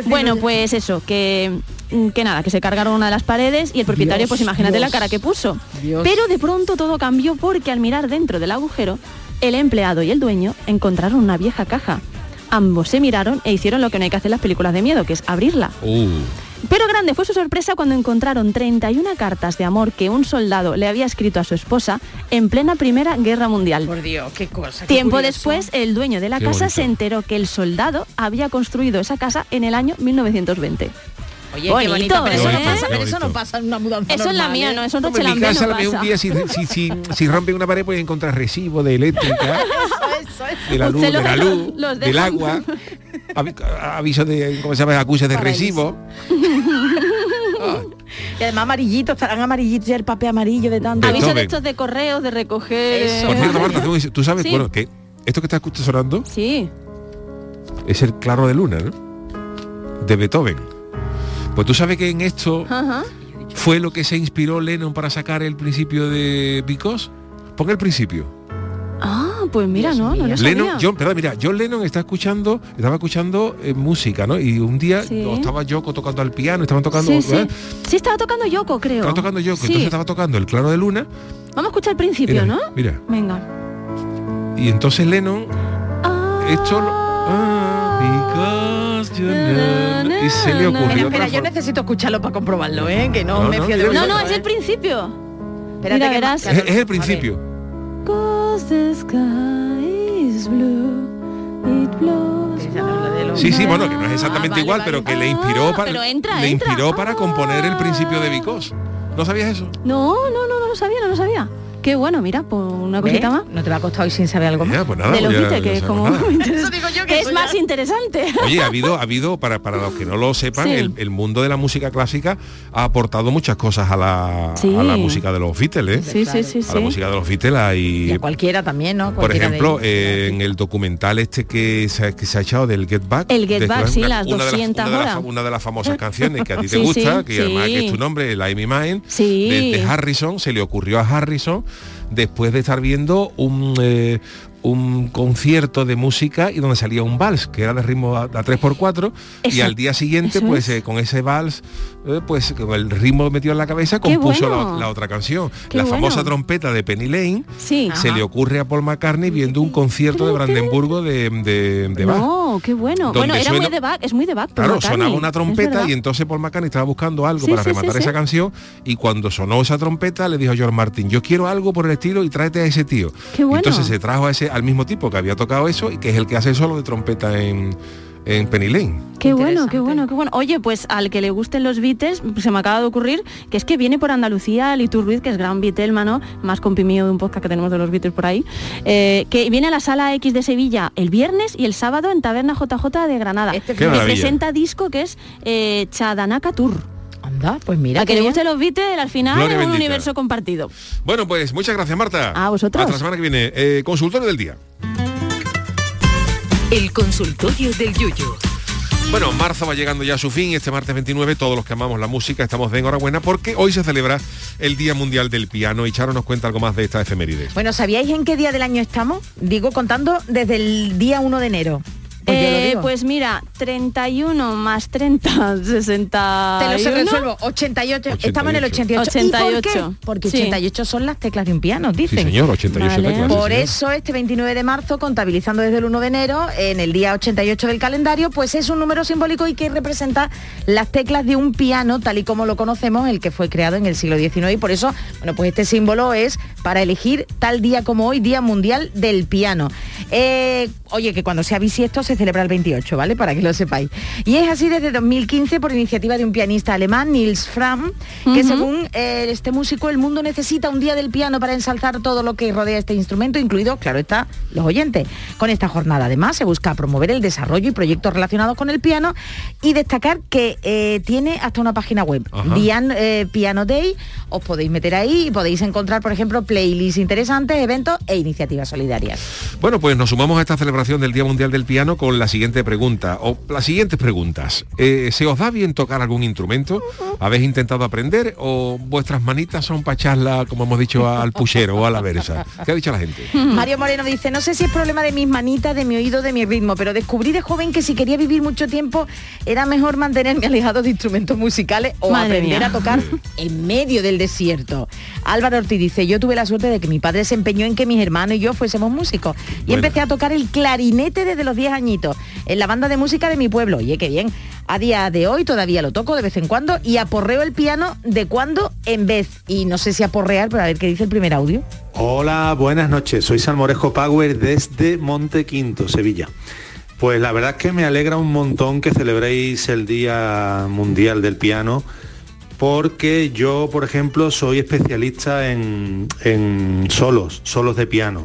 Speaker 6: bueno, pues eso, que, mm, que nada, que se cargaron una de las paredes y el propietario,
Speaker 7: Dios,
Speaker 6: pues imagínate la
Speaker 7: Dios,
Speaker 6: cara que puso.
Speaker 7: Dios.
Speaker 6: Pero de pronto todo cambió porque al mirar dentro del agujero, el empleado y el dueño encontraron una vieja caja. Ambos se miraron e hicieron lo que no hay que hacer en las películas de miedo, que es abrirla. Pero grande fue su sorpresa cuando encontraron 31 cartas de amor que un soldado le había escrito a su esposa en plena Primera Guerra Mundial.
Speaker 7: Por Dios, qué cosa. qué
Speaker 6: Tiempo
Speaker 7: curioso.
Speaker 6: después, el dueño de la
Speaker 7: Qué
Speaker 6: casa
Speaker 7: bonito.
Speaker 6: se enteró que el soldado había construido esa casa en el año 1920.
Speaker 7: Oye, qué bonito, pero eso,
Speaker 3: ¿eh?
Speaker 7: no pasa, pero
Speaker 3: Qué
Speaker 7: eso no
Speaker 3: bonito.
Speaker 7: pasa en una mudanza
Speaker 6: Eso es la
Speaker 7: normal,
Speaker 6: mía,
Speaker 7: ¿eh?
Speaker 6: no, eso en
Speaker 3: Hombre, en mi
Speaker 6: Rochelambe
Speaker 3: casa
Speaker 6: no
Speaker 3: me un
Speaker 6: pasa.
Speaker 3: día si, si, si, si rompen una pared pueden encontrar recibo de eléctrica, de la luz,
Speaker 6: Usted
Speaker 3: de
Speaker 6: los-
Speaker 3: la luz,
Speaker 6: los
Speaker 3: del
Speaker 6: deja-
Speaker 3: agua, avi- a- aviso de, ¿cómo se llama? Acusa de recibo.
Speaker 7: Y además amarillitos, estarán amarillitos ya el papel amarillo de tanto.
Speaker 3: Beethoven.
Speaker 6: Aviso de estos de correos, de recoger...
Speaker 3: Por cierto, Marta, tú, tú sabes,
Speaker 6: Eh, Sí.
Speaker 3: bueno, que esto que está escuchando sonando
Speaker 6: Sí.
Speaker 3: es el claro de luna, ¿no? De Beethoven. Pues tú sabes que en esto
Speaker 6: Ajá.
Speaker 3: fue lo que se inspiró Lennon para sacar el principio de Because. Pon el principio.
Speaker 6: Ah, pues mira, no, no lo
Speaker 3: Lennon,
Speaker 6: sabía.
Speaker 3: John, perdón, mira, John Lennon está escuchando, estaba escuchando eh, música, ¿no? Y un día
Speaker 6: Sí.
Speaker 3: o estaba Yoko tocando al piano, estaban tocando,
Speaker 6: Sí, sí.
Speaker 3: ¿eh?
Speaker 6: Sí, estaba tocando Yoko, creo.
Speaker 3: estaba tocando Yoko,
Speaker 6: Sí.
Speaker 3: entonces estaba tocando el claro de luna.
Speaker 6: Vamos a escuchar el principio,
Speaker 3: Mira,
Speaker 6: ¿no?
Speaker 3: Mira,
Speaker 6: Venga.
Speaker 3: y entonces Lennon esto lo- ah, because you know- y se le ocurrió.
Speaker 7: Espera,
Speaker 3: otra
Speaker 7: espera, yo
Speaker 3: forma.
Speaker 7: necesito escucharlo para comprobarlo, ¿eh? Que no,
Speaker 3: No,
Speaker 7: me
Speaker 3: no,
Speaker 7: fío de
Speaker 3: mira,
Speaker 6: No,
Speaker 7: vosotros,
Speaker 6: no, es
Speaker 7: ¿eh?
Speaker 6: el principio.
Speaker 7: Espérate
Speaker 6: Mira,
Speaker 7: que-
Speaker 6: verás.
Speaker 3: es, es el principio.
Speaker 6: Cause the sky is blue, it blows
Speaker 3: Sí, sí, bueno, que no es
Speaker 6: Ah,
Speaker 3: exactamente igual, pero que le inspiró para
Speaker 6: pero entra,
Speaker 3: le
Speaker 6: entra. Ah.
Speaker 3: inspiró para componer el principio de Because. ¿No sabías eso?
Speaker 6: No, no, no, no lo sabía, no lo sabía. Qué bueno, mira, por una
Speaker 7: ¿Ves?
Speaker 6: cosita más.
Speaker 7: No te va a costar hoy sin saber algo más.
Speaker 3: Ya, pues nada,
Speaker 6: de los
Speaker 3: pues ya-
Speaker 6: Beatles,
Speaker 3: ya
Speaker 6: que es
Speaker 3: sabemos
Speaker 6: como
Speaker 3: nada.
Speaker 6: que pues es más interesante.
Speaker 3: Oye, ha habido, ha habido para, para los que no lo sepan,
Speaker 6: Sí.
Speaker 3: el, el mundo de la música clásica ha aportado muchas cosas a la,
Speaker 6: Sí.
Speaker 3: a la música de los Beatles. ¿eh?
Speaker 6: Sí, sí, sí,
Speaker 3: A la
Speaker 6: sí.
Speaker 3: música de los Beatles hay-
Speaker 7: Y a cualquiera también, ¿no?
Speaker 3: por
Speaker 7: Cualquiera de
Speaker 3: ejemplo,
Speaker 7: ellos.
Speaker 3: eh, en el documental este que se, ha- que se ha echado del Get Back.
Speaker 6: El Get
Speaker 3: de-
Speaker 6: Back, sí, las
Speaker 3: una de
Speaker 6: 200
Speaker 3: una de las-
Speaker 6: horas.
Speaker 3: una de las famosas canciones que a ti te
Speaker 6: Sí,
Speaker 3: gusta,
Speaker 6: sí,
Speaker 3: que además
Speaker 6: sí.
Speaker 3: que es tu nombre, el I'm Mine,
Speaker 6: Sí.
Speaker 3: de, de Harrison, se le ocurrió a Harrison después de estar viendo un... eh, un concierto de música y donde salía un vals que era de ritmo a, a 3x4 y
Speaker 6: Eso-
Speaker 3: al día siguiente
Speaker 6: eso
Speaker 3: pues
Speaker 6: es.
Speaker 3: eh, con ese vals eh, pues con el ritmo metido en la cabeza
Speaker 6: Qué
Speaker 3: compuso la-
Speaker 6: bueno.
Speaker 3: la, otra canción
Speaker 6: Qué
Speaker 3: la famosa
Speaker 6: bueno.
Speaker 3: trompeta de Penny Lane
Speaker 6: Sí.
Speaker 3: se le ocurre a Paul McCartney viendo un concierto de Brandenburgo de, de, de Bach.
Speaker 6: No, qué bueno.
Speaker 3: Donde
Speaker 6: Bueno, era
Speaker 3: suena-
Speaker 6: muy de back, es muy de back. Paul
Speaker 3: Claro,
Speaker 6: McCartney,
Speaker 3: sonaba una
Speaker 6: es
Speaker 3: trompeta
Speaker 6: verdad.
Speaker 3: y entonces Paul McCartney estaba buscando algo
Speaker 6: Sí,
Speaker 3: para
Speaker 6: sí,
Speaker 3: rematar
Speaker 6: sí,
Speaker 3: esa
Speaker 6: sí.
Speaker 3: canción y cuando sonó esa trompeta le dijo a George Martin, yo quiero algo por el estilo y tráete a ese tío.
Speaker 6: Qué bueno.
Speaker 3: Entonces se trajo a ese, al mismo tipo que había tocado eso y que es el que hace solo de trompeta en, en Penilén.
Speaker 6: Qué bueno, qué bueno, qué bueno. Oye, pues al que le gusten los Beatles, se me acaba de ocurrir que es que viene por Andalucía Litur Ruiz, que es gran Beatlema, ¿no? Más compimido de un podcast que tenemos de los Beatles por ahí. eh, que viene a la Sala X de Sevilla el viernes y el sábado en Taberna JJ de Granada.
Speaker 7: Este fin Qué de
Speaker 6: que
Speaker 7: maravilla.
Speaker 6: presenta disco que es eh, Chadanaka Tour.
Speaker 7: Anda, pues mira.
Speaker 6: A que
Speaker 7: qué
Speaker 6: le
Speaker 7: bien.
Speaker 6: gusten los Beatles, al final
Speaker 3: Gloria
Speaker 6: es un
Speaker 3: bendita.
Speaker 6: universo compartido.
Speaker 3: Bueno, pues muchas gracias, Marta.
Speaker 6: A vosotros.
Speaker 3: Hasta la semana que viene. Eh, consultorio del día.
Speaker 1: El consultorio del Yuyu.
Speaker 3: Bueno, marzo va llegando ya a su fin, este martes 29, todos los que amamos la música estamos de enhorabuena porque hoy se celebra el Día Mundial del Piano y Charo nos cuenta algo más de esta efeméride.
Speaker 7: Bueno, ¿sabíais en qué día del año estamos? Digo, contando desde el día 1 de enero. Pues yo lo
Speaker 6: Eh,
Speaker 7: digo.
Speaker 6: pues mira, 31 más 30, 60.
Speaker 7: Te lo sé, resuelvo. 88. Estamos en el 88. ¿Y por qué?
Speaker 6: 88.
Speaker 7: Porque
Speaker 6: Sí.
Speaker 7: 88 son las teclas de un piano, dicen.
Speaker 3: señor, 88 Vale. teclas, sí,
Speaker 7: Por
Speaker 3: señor.
Speaker 7: eso este 29 de marzo, contabilizando desde el 1 de enero, en el día 88 del calendario, pues es un número simbólico y que representa las teclas de un piano tal y como lo conocemos, el que fue creado en el siglo XIX y por eso, bueno, pues este símbolo es para elegir tal día como hoy, Día Mundial del Piano. Eh, oye, que cuando sea bisiesto se celebra el 28, ¿vale? Para que lo sepáis. Y es así desde 2015 por iniciativa de un pianista alemán, Nils Fram, que
Speaker 15: Ujú.
Speaker 7: según eh, este músico el mundo necesita un día del piano para ensalzar todo lo que rodea este instrumento, incluidos, claro está, los oyentes. Con esta jornada además se busca promover el desarrollo y proyectos relacionados con el piano y destacar que eh, tiene hasta una página web,
Speaker 15: Ajá.
Speaker 7: Dian eh, Piano Day, os podéis meter ahí y podéis encontrar, por ejemplo, playlists interesantes, eventos e iniciativas solidarias.
Speaker 3: Bueno, pues nos sumamos a esta celebración del Día Mundial del Piano con la siguiente pregunta, o las siguientes preguntas. Eh, ¿Se os da bien tocar algún instrumento? ¿Habéis intentado aprender o vuestras manitas son para echarla, como hemos dicho, al puchero o a la versa? ¿Qué ha dicho la gente?
Speaker 7: Mario Moreno dice, no sé si es problema de mis manitas, de mi oído, de mi ritmo, pero descubrí de joven que si quería vivir mucho tiempo era mejor mantenerme alejado de instrumentos musicales o
Speaker 6: Madre
Speaker 7: aprender
Speaker 6: mía.
Speaker 7: a tocar en medio del desierto. Álvaro Ortiz dice, yo tuve la suerte de que mi padre se empeñó en que mis hermanos y yo fuésemos músicos y
Speaker 15: Bueno.
Speaker 7: empecé a tocar el clarinete desde los 10 añitos en la banda de música de mi pueblo. Oye, qué bien. A día de hoy todavía lo toco de vez en cuando y aporreo el piano de cuando en vez. Y no sé si aporrear, pero a ver qué dice el primer audio.
Speaker 16: Hola, buenas noches. Soy Salmorejo Power desde Monte Quinto, Sevilla. Pues la verdad es que me alegra un montón que celebréis el Día Mundial del Piano, porque yo, por ejemplo, soy especialista en, en solos, solos de piano.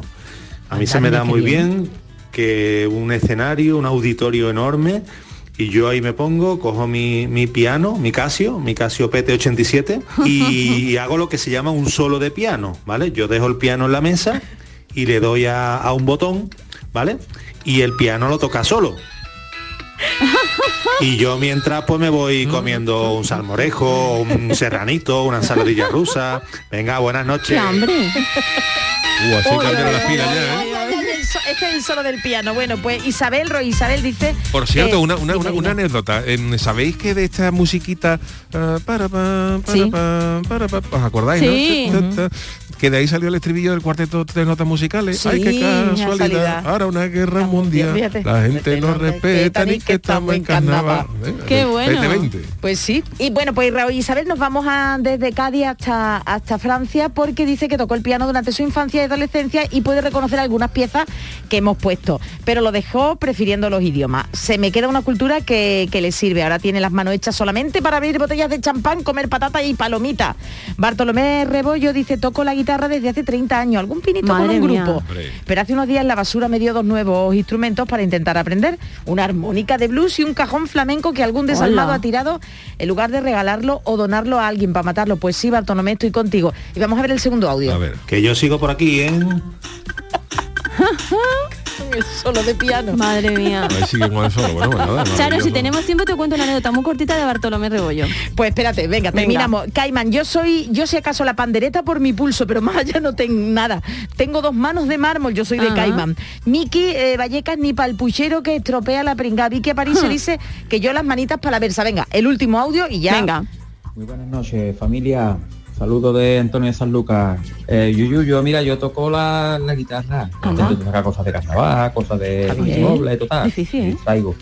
Speaker 16: A mí se me
Speaker 17: mira
Speaker 16: da
Speaker 17: qué
Speaker 16: muy
Speaker 17: bien.
Speaker 16: bien que un escenario, un auditorio enorme, y yo ahí me pongo, cojo mi, mi piano, mi Casio, mi Casio PT87, y, y hago lo que se llama un solo de piano, ¿vale? Yo dejo el piano en la mesa y le doy a, a un botón, ¿vale? Y el piano lo toca solo. Y yo mientras pues me
Speaker 18: Mm.
Speaker 16: voy comiendo un salmorejo, un serranito, una ensaladilla rusa. Venga, buenas noches.
Speaker 3: Uh, así cambiaron las pilas ya, ¿eh?
Speaker 7: Este es el solo del piano. Bueno, pues Isabel Roy, Isabel dice...
Speaker 3: Por cierto,
Speaker 7: eh,
Speaker 3: una, una,
Speaker 7: dime,
Speaker 3: una- una
Speaker 7: dime.
Speaker 3: anécdota. Em, ¿Sabéis que de esta musiquita... ah, para, pa, para,
Speaker 7: Sí.
Speaker 3: pa, para, pa, ¿Os acordáis?
Speaker 7: Sí.
Speaker 3: no? Ta, ta, ta, Que de ahí salió el estribillo del cuarteto de notas musicales.
Speaker 7: Sí,
Speaker 3: ¡Ay, qué casualidad!
Speaker 7: casualidad.
Speaker 3: Ahora una guerra mundial.
Speaker 7: fíjate.
Speaker 3: La gente no respeta ni que estamos en carnaval. ¿Eh?
Speaker 7: Qué bueno.
Speaker 3: Vete, vente.
Speaker 7: Pues sí. Y bueno, pues Raúl Isabel, nos vamos a, desde Cádiz hasta, hasta Francia porque dice que tocó el piano durante su infancia y adolescencia y puede reconocer algunas piezas que hemos puesto, pero lo dejó prefiriendo los idiomas. Se me queda una cultura que, que le sirve. Ahora tiene las manos hechas solamente para abrir botellas de champán, comer patata y palomita. Bartolomé Rebollo dice, toco la guitarra desde hace 30 años. ¿Algún pinito
Speaker 6: Madre
Speaker 7: con un
Speaker 6: mía.
Speaker 7: grupo? Pero hace unos días la basura me dio dos nuevos instrumentos para intentar aprender, una armónica de blues y un cajón flamenco que algún desalmado
Speaker 6: Hola.
Speaker 7: ha tirado en lugar de regalarlo o donarlo a alguien para matarlo. Pues sí, Bartolomé, estoy contigo. Y vamos a ver el segundo audio.
Speaker 16: Que yo sigo por aquí, ¿eh?
Speaker 7: Solo de piano. Madre mía.
Speaker 3: Ahí sigue con el solo. Bueno, bueno, nada,
Speaker 6: Charo, si
Speaker 3: maravilloso.
Speaker 6: tenemos tiempo te cuento una anécdota muy cortita de Bartolomé Rebollo.
Speaker 7: Pues espérate, venga, Terminamos. Caimán, yo soy, yo si acaso la pandereta por mi pulso, pero más allá no tengo nada. Tengo dos manos de mármol, yo soy de
Speaker 6: Ajá.
Speaker 7: Caimán. Miki eh, Vallecas ni palpuchero que estropea la pringada. Vicky Aparicio dice que yo las manitas para la versa. Venga, el último audio y ya. Venga.
Speaker 19: Muy buenas noches, familia. Saludo de Antonio de San Lucas. Eh, Yuyu, yo, mira, yo toco la, la guitarra. Yo toco cosas de carnaval, cosas de
Speaker 18: bien.
Speaker 19: muebles,
Speaker 16: Ah.
Speaker 19: total.
Speaker 18: Difícil, ¿eh?
Speaker 19: Traigo.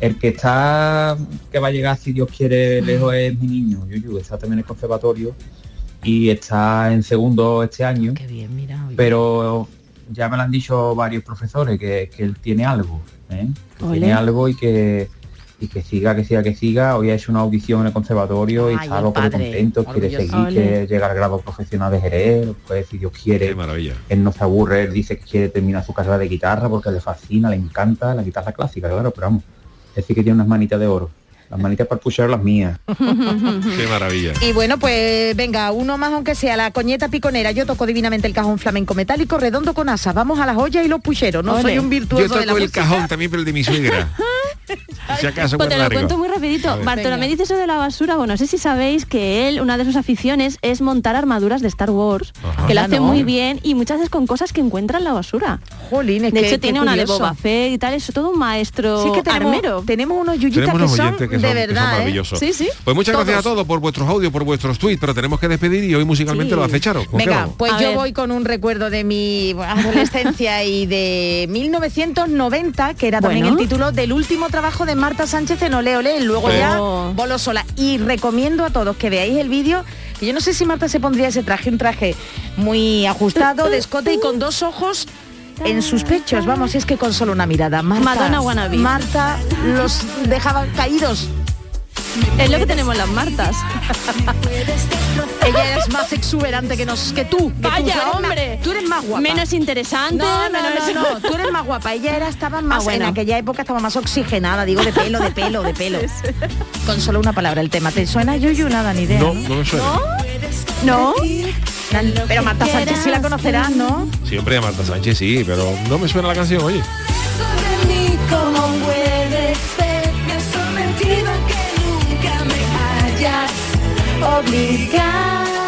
Speaker 19: El que está, que va a llegar, si Dios quiere, lejos es mi niño, Yuyu. Está también en el conservatorio y está en segundo este año. Pero ya me lo han dicho varios profesores que, que él tiene algo, ¿eh? Que
Speaker 15: Ole.
Speaker 19: tiene algo y que y que siga, que siga, que siga. Hoy ha hecho una audición en el conservatorio y
Speaker 15: Ay,
Speaker 19: está
Speaker 15: el
Speaker 19: loco de
Speaker 15: padre.
Speaker 19: contento, quiere
Speaker 15: Orgulloso.
Speaker 19: seguir, quiere
Speaker 15: Ole.
Speaker 19: llegar al grado profesional de Jerez, pues, si Dios quiere. Él no se aburre, él dice que quiere terminar su carrera de guitarra porque le fascina, le encanta la guitarra clásica, claro, pero vamos. Es decir que tiene unas manitas de oro. Las manitas para puchar las mías.
Speaker 3: Qué maravilla.
Speaker 7: Y bueno, pues venga, uno más aunque sea la coñeta piconera. Yo toco divinamente el cajón flamenco metálico redondo con asas. Vamos a las ollas y los pucheros. No
Speaker 3: Ole.
Speaker 7: soy un virtuoso
Speaker 3: Yo toco
Speaker 7: de la
Speaker 3: el
Speaker 7: música.
Speaker 3: cajón también, pero el de mi suegra. si acaso
Speaker 6: Pues te
Speaker 3: cuando
Speaker 6: lo
Speaker 3: la
Speaker 6: cuento
Speaker 3: recojo.
Speaker 6: muy rapidito. Bartolomé dice eso de la basura. Bueno, no sé si sabéis que él, una de sus aficiones es montar armaduras de Star Wars,
Speaker 3: Ajá.
Speaker 6: que lo
Speaker 3: Ah,
Speaker 6: hace
Speaker 3: no.
Speaker 6: muy bien y muchas veces con cosas que encuentra en la basura.
Speaker 7: Jolines,
Speaker 6: de
Speaker 7: qué-
Speaker 6: hecho,
Speaker 7: qué
Speaker 6: tiene una de
Speaker 7: curioso.
Speaker 6: Boba Fett y tal, es todo un maestro
Speaker 7: Sí, es que tenemos-
Speaker 6: armero.
Speaker 7: Tenemos unos yuyitas
Speaker 3: Tenemos unos
Speaker 7: que son
Speaker 3: oyentes que
Speaker 7: de
Speaker 3: son, que son
Speaker 7: verdad. ¿eh?
Speaker 3: maravillosos.
Speaker 7: Sí, sí.
Speaker 3: Pues muchas gracias a
Speaker 7: Todos.
Speaker 3: todos por vuestros audios, por vuestros tweets, pero tenemos que despedir y hoy musicalmente
Speaker 7: Sí.
Speaker 3: lo hace Charo. ¿Con qué
Speaker 7: Venga,
Speaker 3: vamos?
Speaker 7: pues yo voy con un recuerdo de mi adolescencia y de 1990, que era también
Speaker 6: Bueno.
Speaker 7: el título del último trabajo de Marta Sánchez en Ole Ole, y luego
Speaker 6: Sí.
Speaker 7: ya
Speaker 6: Oh.
Speaker 7: Bolo Sola. Y recomiendo a todos que veáis el vídeo, que yo no sé si Marta se pondría ese traje, un traje muy ajustado, de escote y con dos ojos en sus pechos. Vamos, es que con solo una mirada. Marta,
Speaker 6: Madonna wannabe.
Speaker 7: Marta los dejaba caídos.
Speaker 6: Es lo que tenemos las Martas.
Speaker 7: Ella es más exuberante que nos que tú. que tú,
Speaker 6: Vaya,
Speaker 7: tú eres más-
Speaker 6: hombre.
Speaker 7: tú eres más guapa.
Speaker 6: Menos interesante,
Speaker 7: No, no,
Speaker 6: menos-
Speaker 7: no, no, Tú eres más guapa. Ella era estaba más
Speaker 6: Ah, bueno.
Speaker 7: en aquella época estaba más oxigenada, digo de pelo, de pelo, de pelo. Con solo una palabra el tema. ¿Te suena Yuyu? Nada, ni idea.
Speaker 3: No, no me suena.
Speaker 7: No. Na- Pero Marta Sánchez sí la conocerás, ¿no?
Speaker 3: Sí, hombre, a Marta Sánchez sí, pero no me suena la canción, oye.
Speaker 17: Ni cómo puede ser, me has prometido que nunca me hayas obligado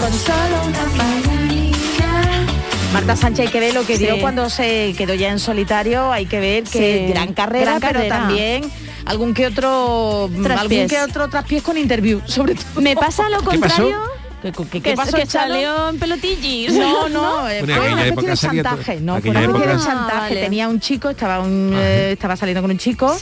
Speaker 17: con solo una mañana.
Speaker 7: Marta Sánchez hay que ver lo que
Speaker 17: Sí.
Speaker 7: dio cuando se quedó ya en solitario, hay que ver que
Speaker 6: Sí.
Speaker 7: gran carrera,
Speaker 6: Gran
Speaker 7: pero
Speaker 6: carrera.
Speaker 7: también algún que otro algún
Speaker 6: Traspiés.
Speaker 7: que otro traspiés con interview, sobre todo.
Speaker 6: Me pasa lo
Speaker 7: ¿Qué pasó?
Speaker 6: contrario.
Speaker 7: ¿Qué, qué,
Speaker 6: Que,
Speaker 7: pasó,
Speaker 6: que
Speaker 7: Charo?
Speaker 6: salió en pelotillis.
Speaker 7: No, no, eh,
Speaker 6: ¿No?
Speaker 7: fue
Speaker 3: aquella
Speaker 7: una especie
Speaker 3: época
Speaker 7: de
Speaker 3: salía
Speaker 7: chantaje,
Speaker 3: todo-
Speaker 7: no, fue
Speaker 3: aquella
Speaker 7: una especie de
Speaker 3: época-
Speaker 7: chantaje.
Speaker 6: Ah, vale.
Speaker 7: Tenía un chico, estaba un, eh, estaba saliendo con un chico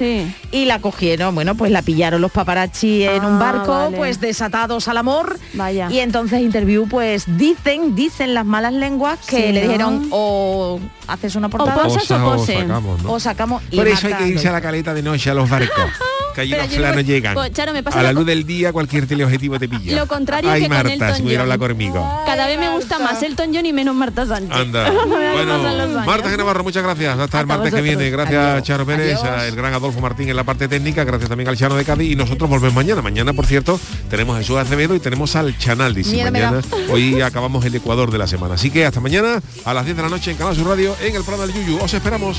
Speaker 7: y la cogieron, bueno, pues la pillaron los paparazzi en un
Speaker 6: Ah,
Speaker 7: barco,
Speaker 6: vale.
Speaker 7: pues desatados al amor.
Speaker 6: Vaya.
Speaker 7: Y entonces interview, pues dicen, dicen las malas lenguas que
Speaker 6: Sí,
Speaker 7: le
Speaker 6: ¿no?
Speaker 7: dijeron o haces una portada
Speaker 3: posas o Posas o poses. sacamos, ¿no?
Speaker 7: O sacamos y
Speaker 3: Por eso hay que
Speaker 7: mataron.
Speaker 3: irse a la caleta de noche a los barcos. Que allí
Speaker 6: Pero
Speaker 3: los
Speaker 6: yo no-
Speaker 3: flanos llegan.
Speaker 6: Pues, Charo, me pasa
Speaker 3: a la
Speaker 6: lo-
Speaker 3: luz del día cualquier teleobjetivo te pilla.
Speaker 6: Lo contrario
Speaker 3: Ay,
Speaker 6: que con
Speaker 3: Marta,
Speaker 6: Elton
Speaker 3: si pudiera
Speaker 6: John.
Speaker 3: hablar conmigo.
Speaker 6: Cada vez me gusta más Elton John y menos Marta Sánchez.
Speaker 3: Anda.
Speaker 6: pasan los
Speaker 3: Bueno,
Speaker 6: años.
Speaker 3: Marta Genavarro, muchas gracias. Hasta, el martes que
Speaker 6: vosotros.
Speaker 3: viene. Gracias
Speaker 6: Adiós.
Speaker 3: Charo Pérez,
Speaker 6: Adiós.
Speaker 3: al gran Adolfo Martín en la parte técnica, gracias también al Chano de Cádiz y nosotros volvemos mañana. Mañana, por cierto, tenemos a Jesús Acevedo y tenemos al Chanal, dice
Speaker 7: Miedo me
Speaker 3: mañana.
Speaker 7: da.
Speaker 3: Hoy acabamos el Ecuador de la semana. Así que hasta mañana a las 10 de la noche en Canal Sur Radio en el Prado del Yuyu. Os esperamos.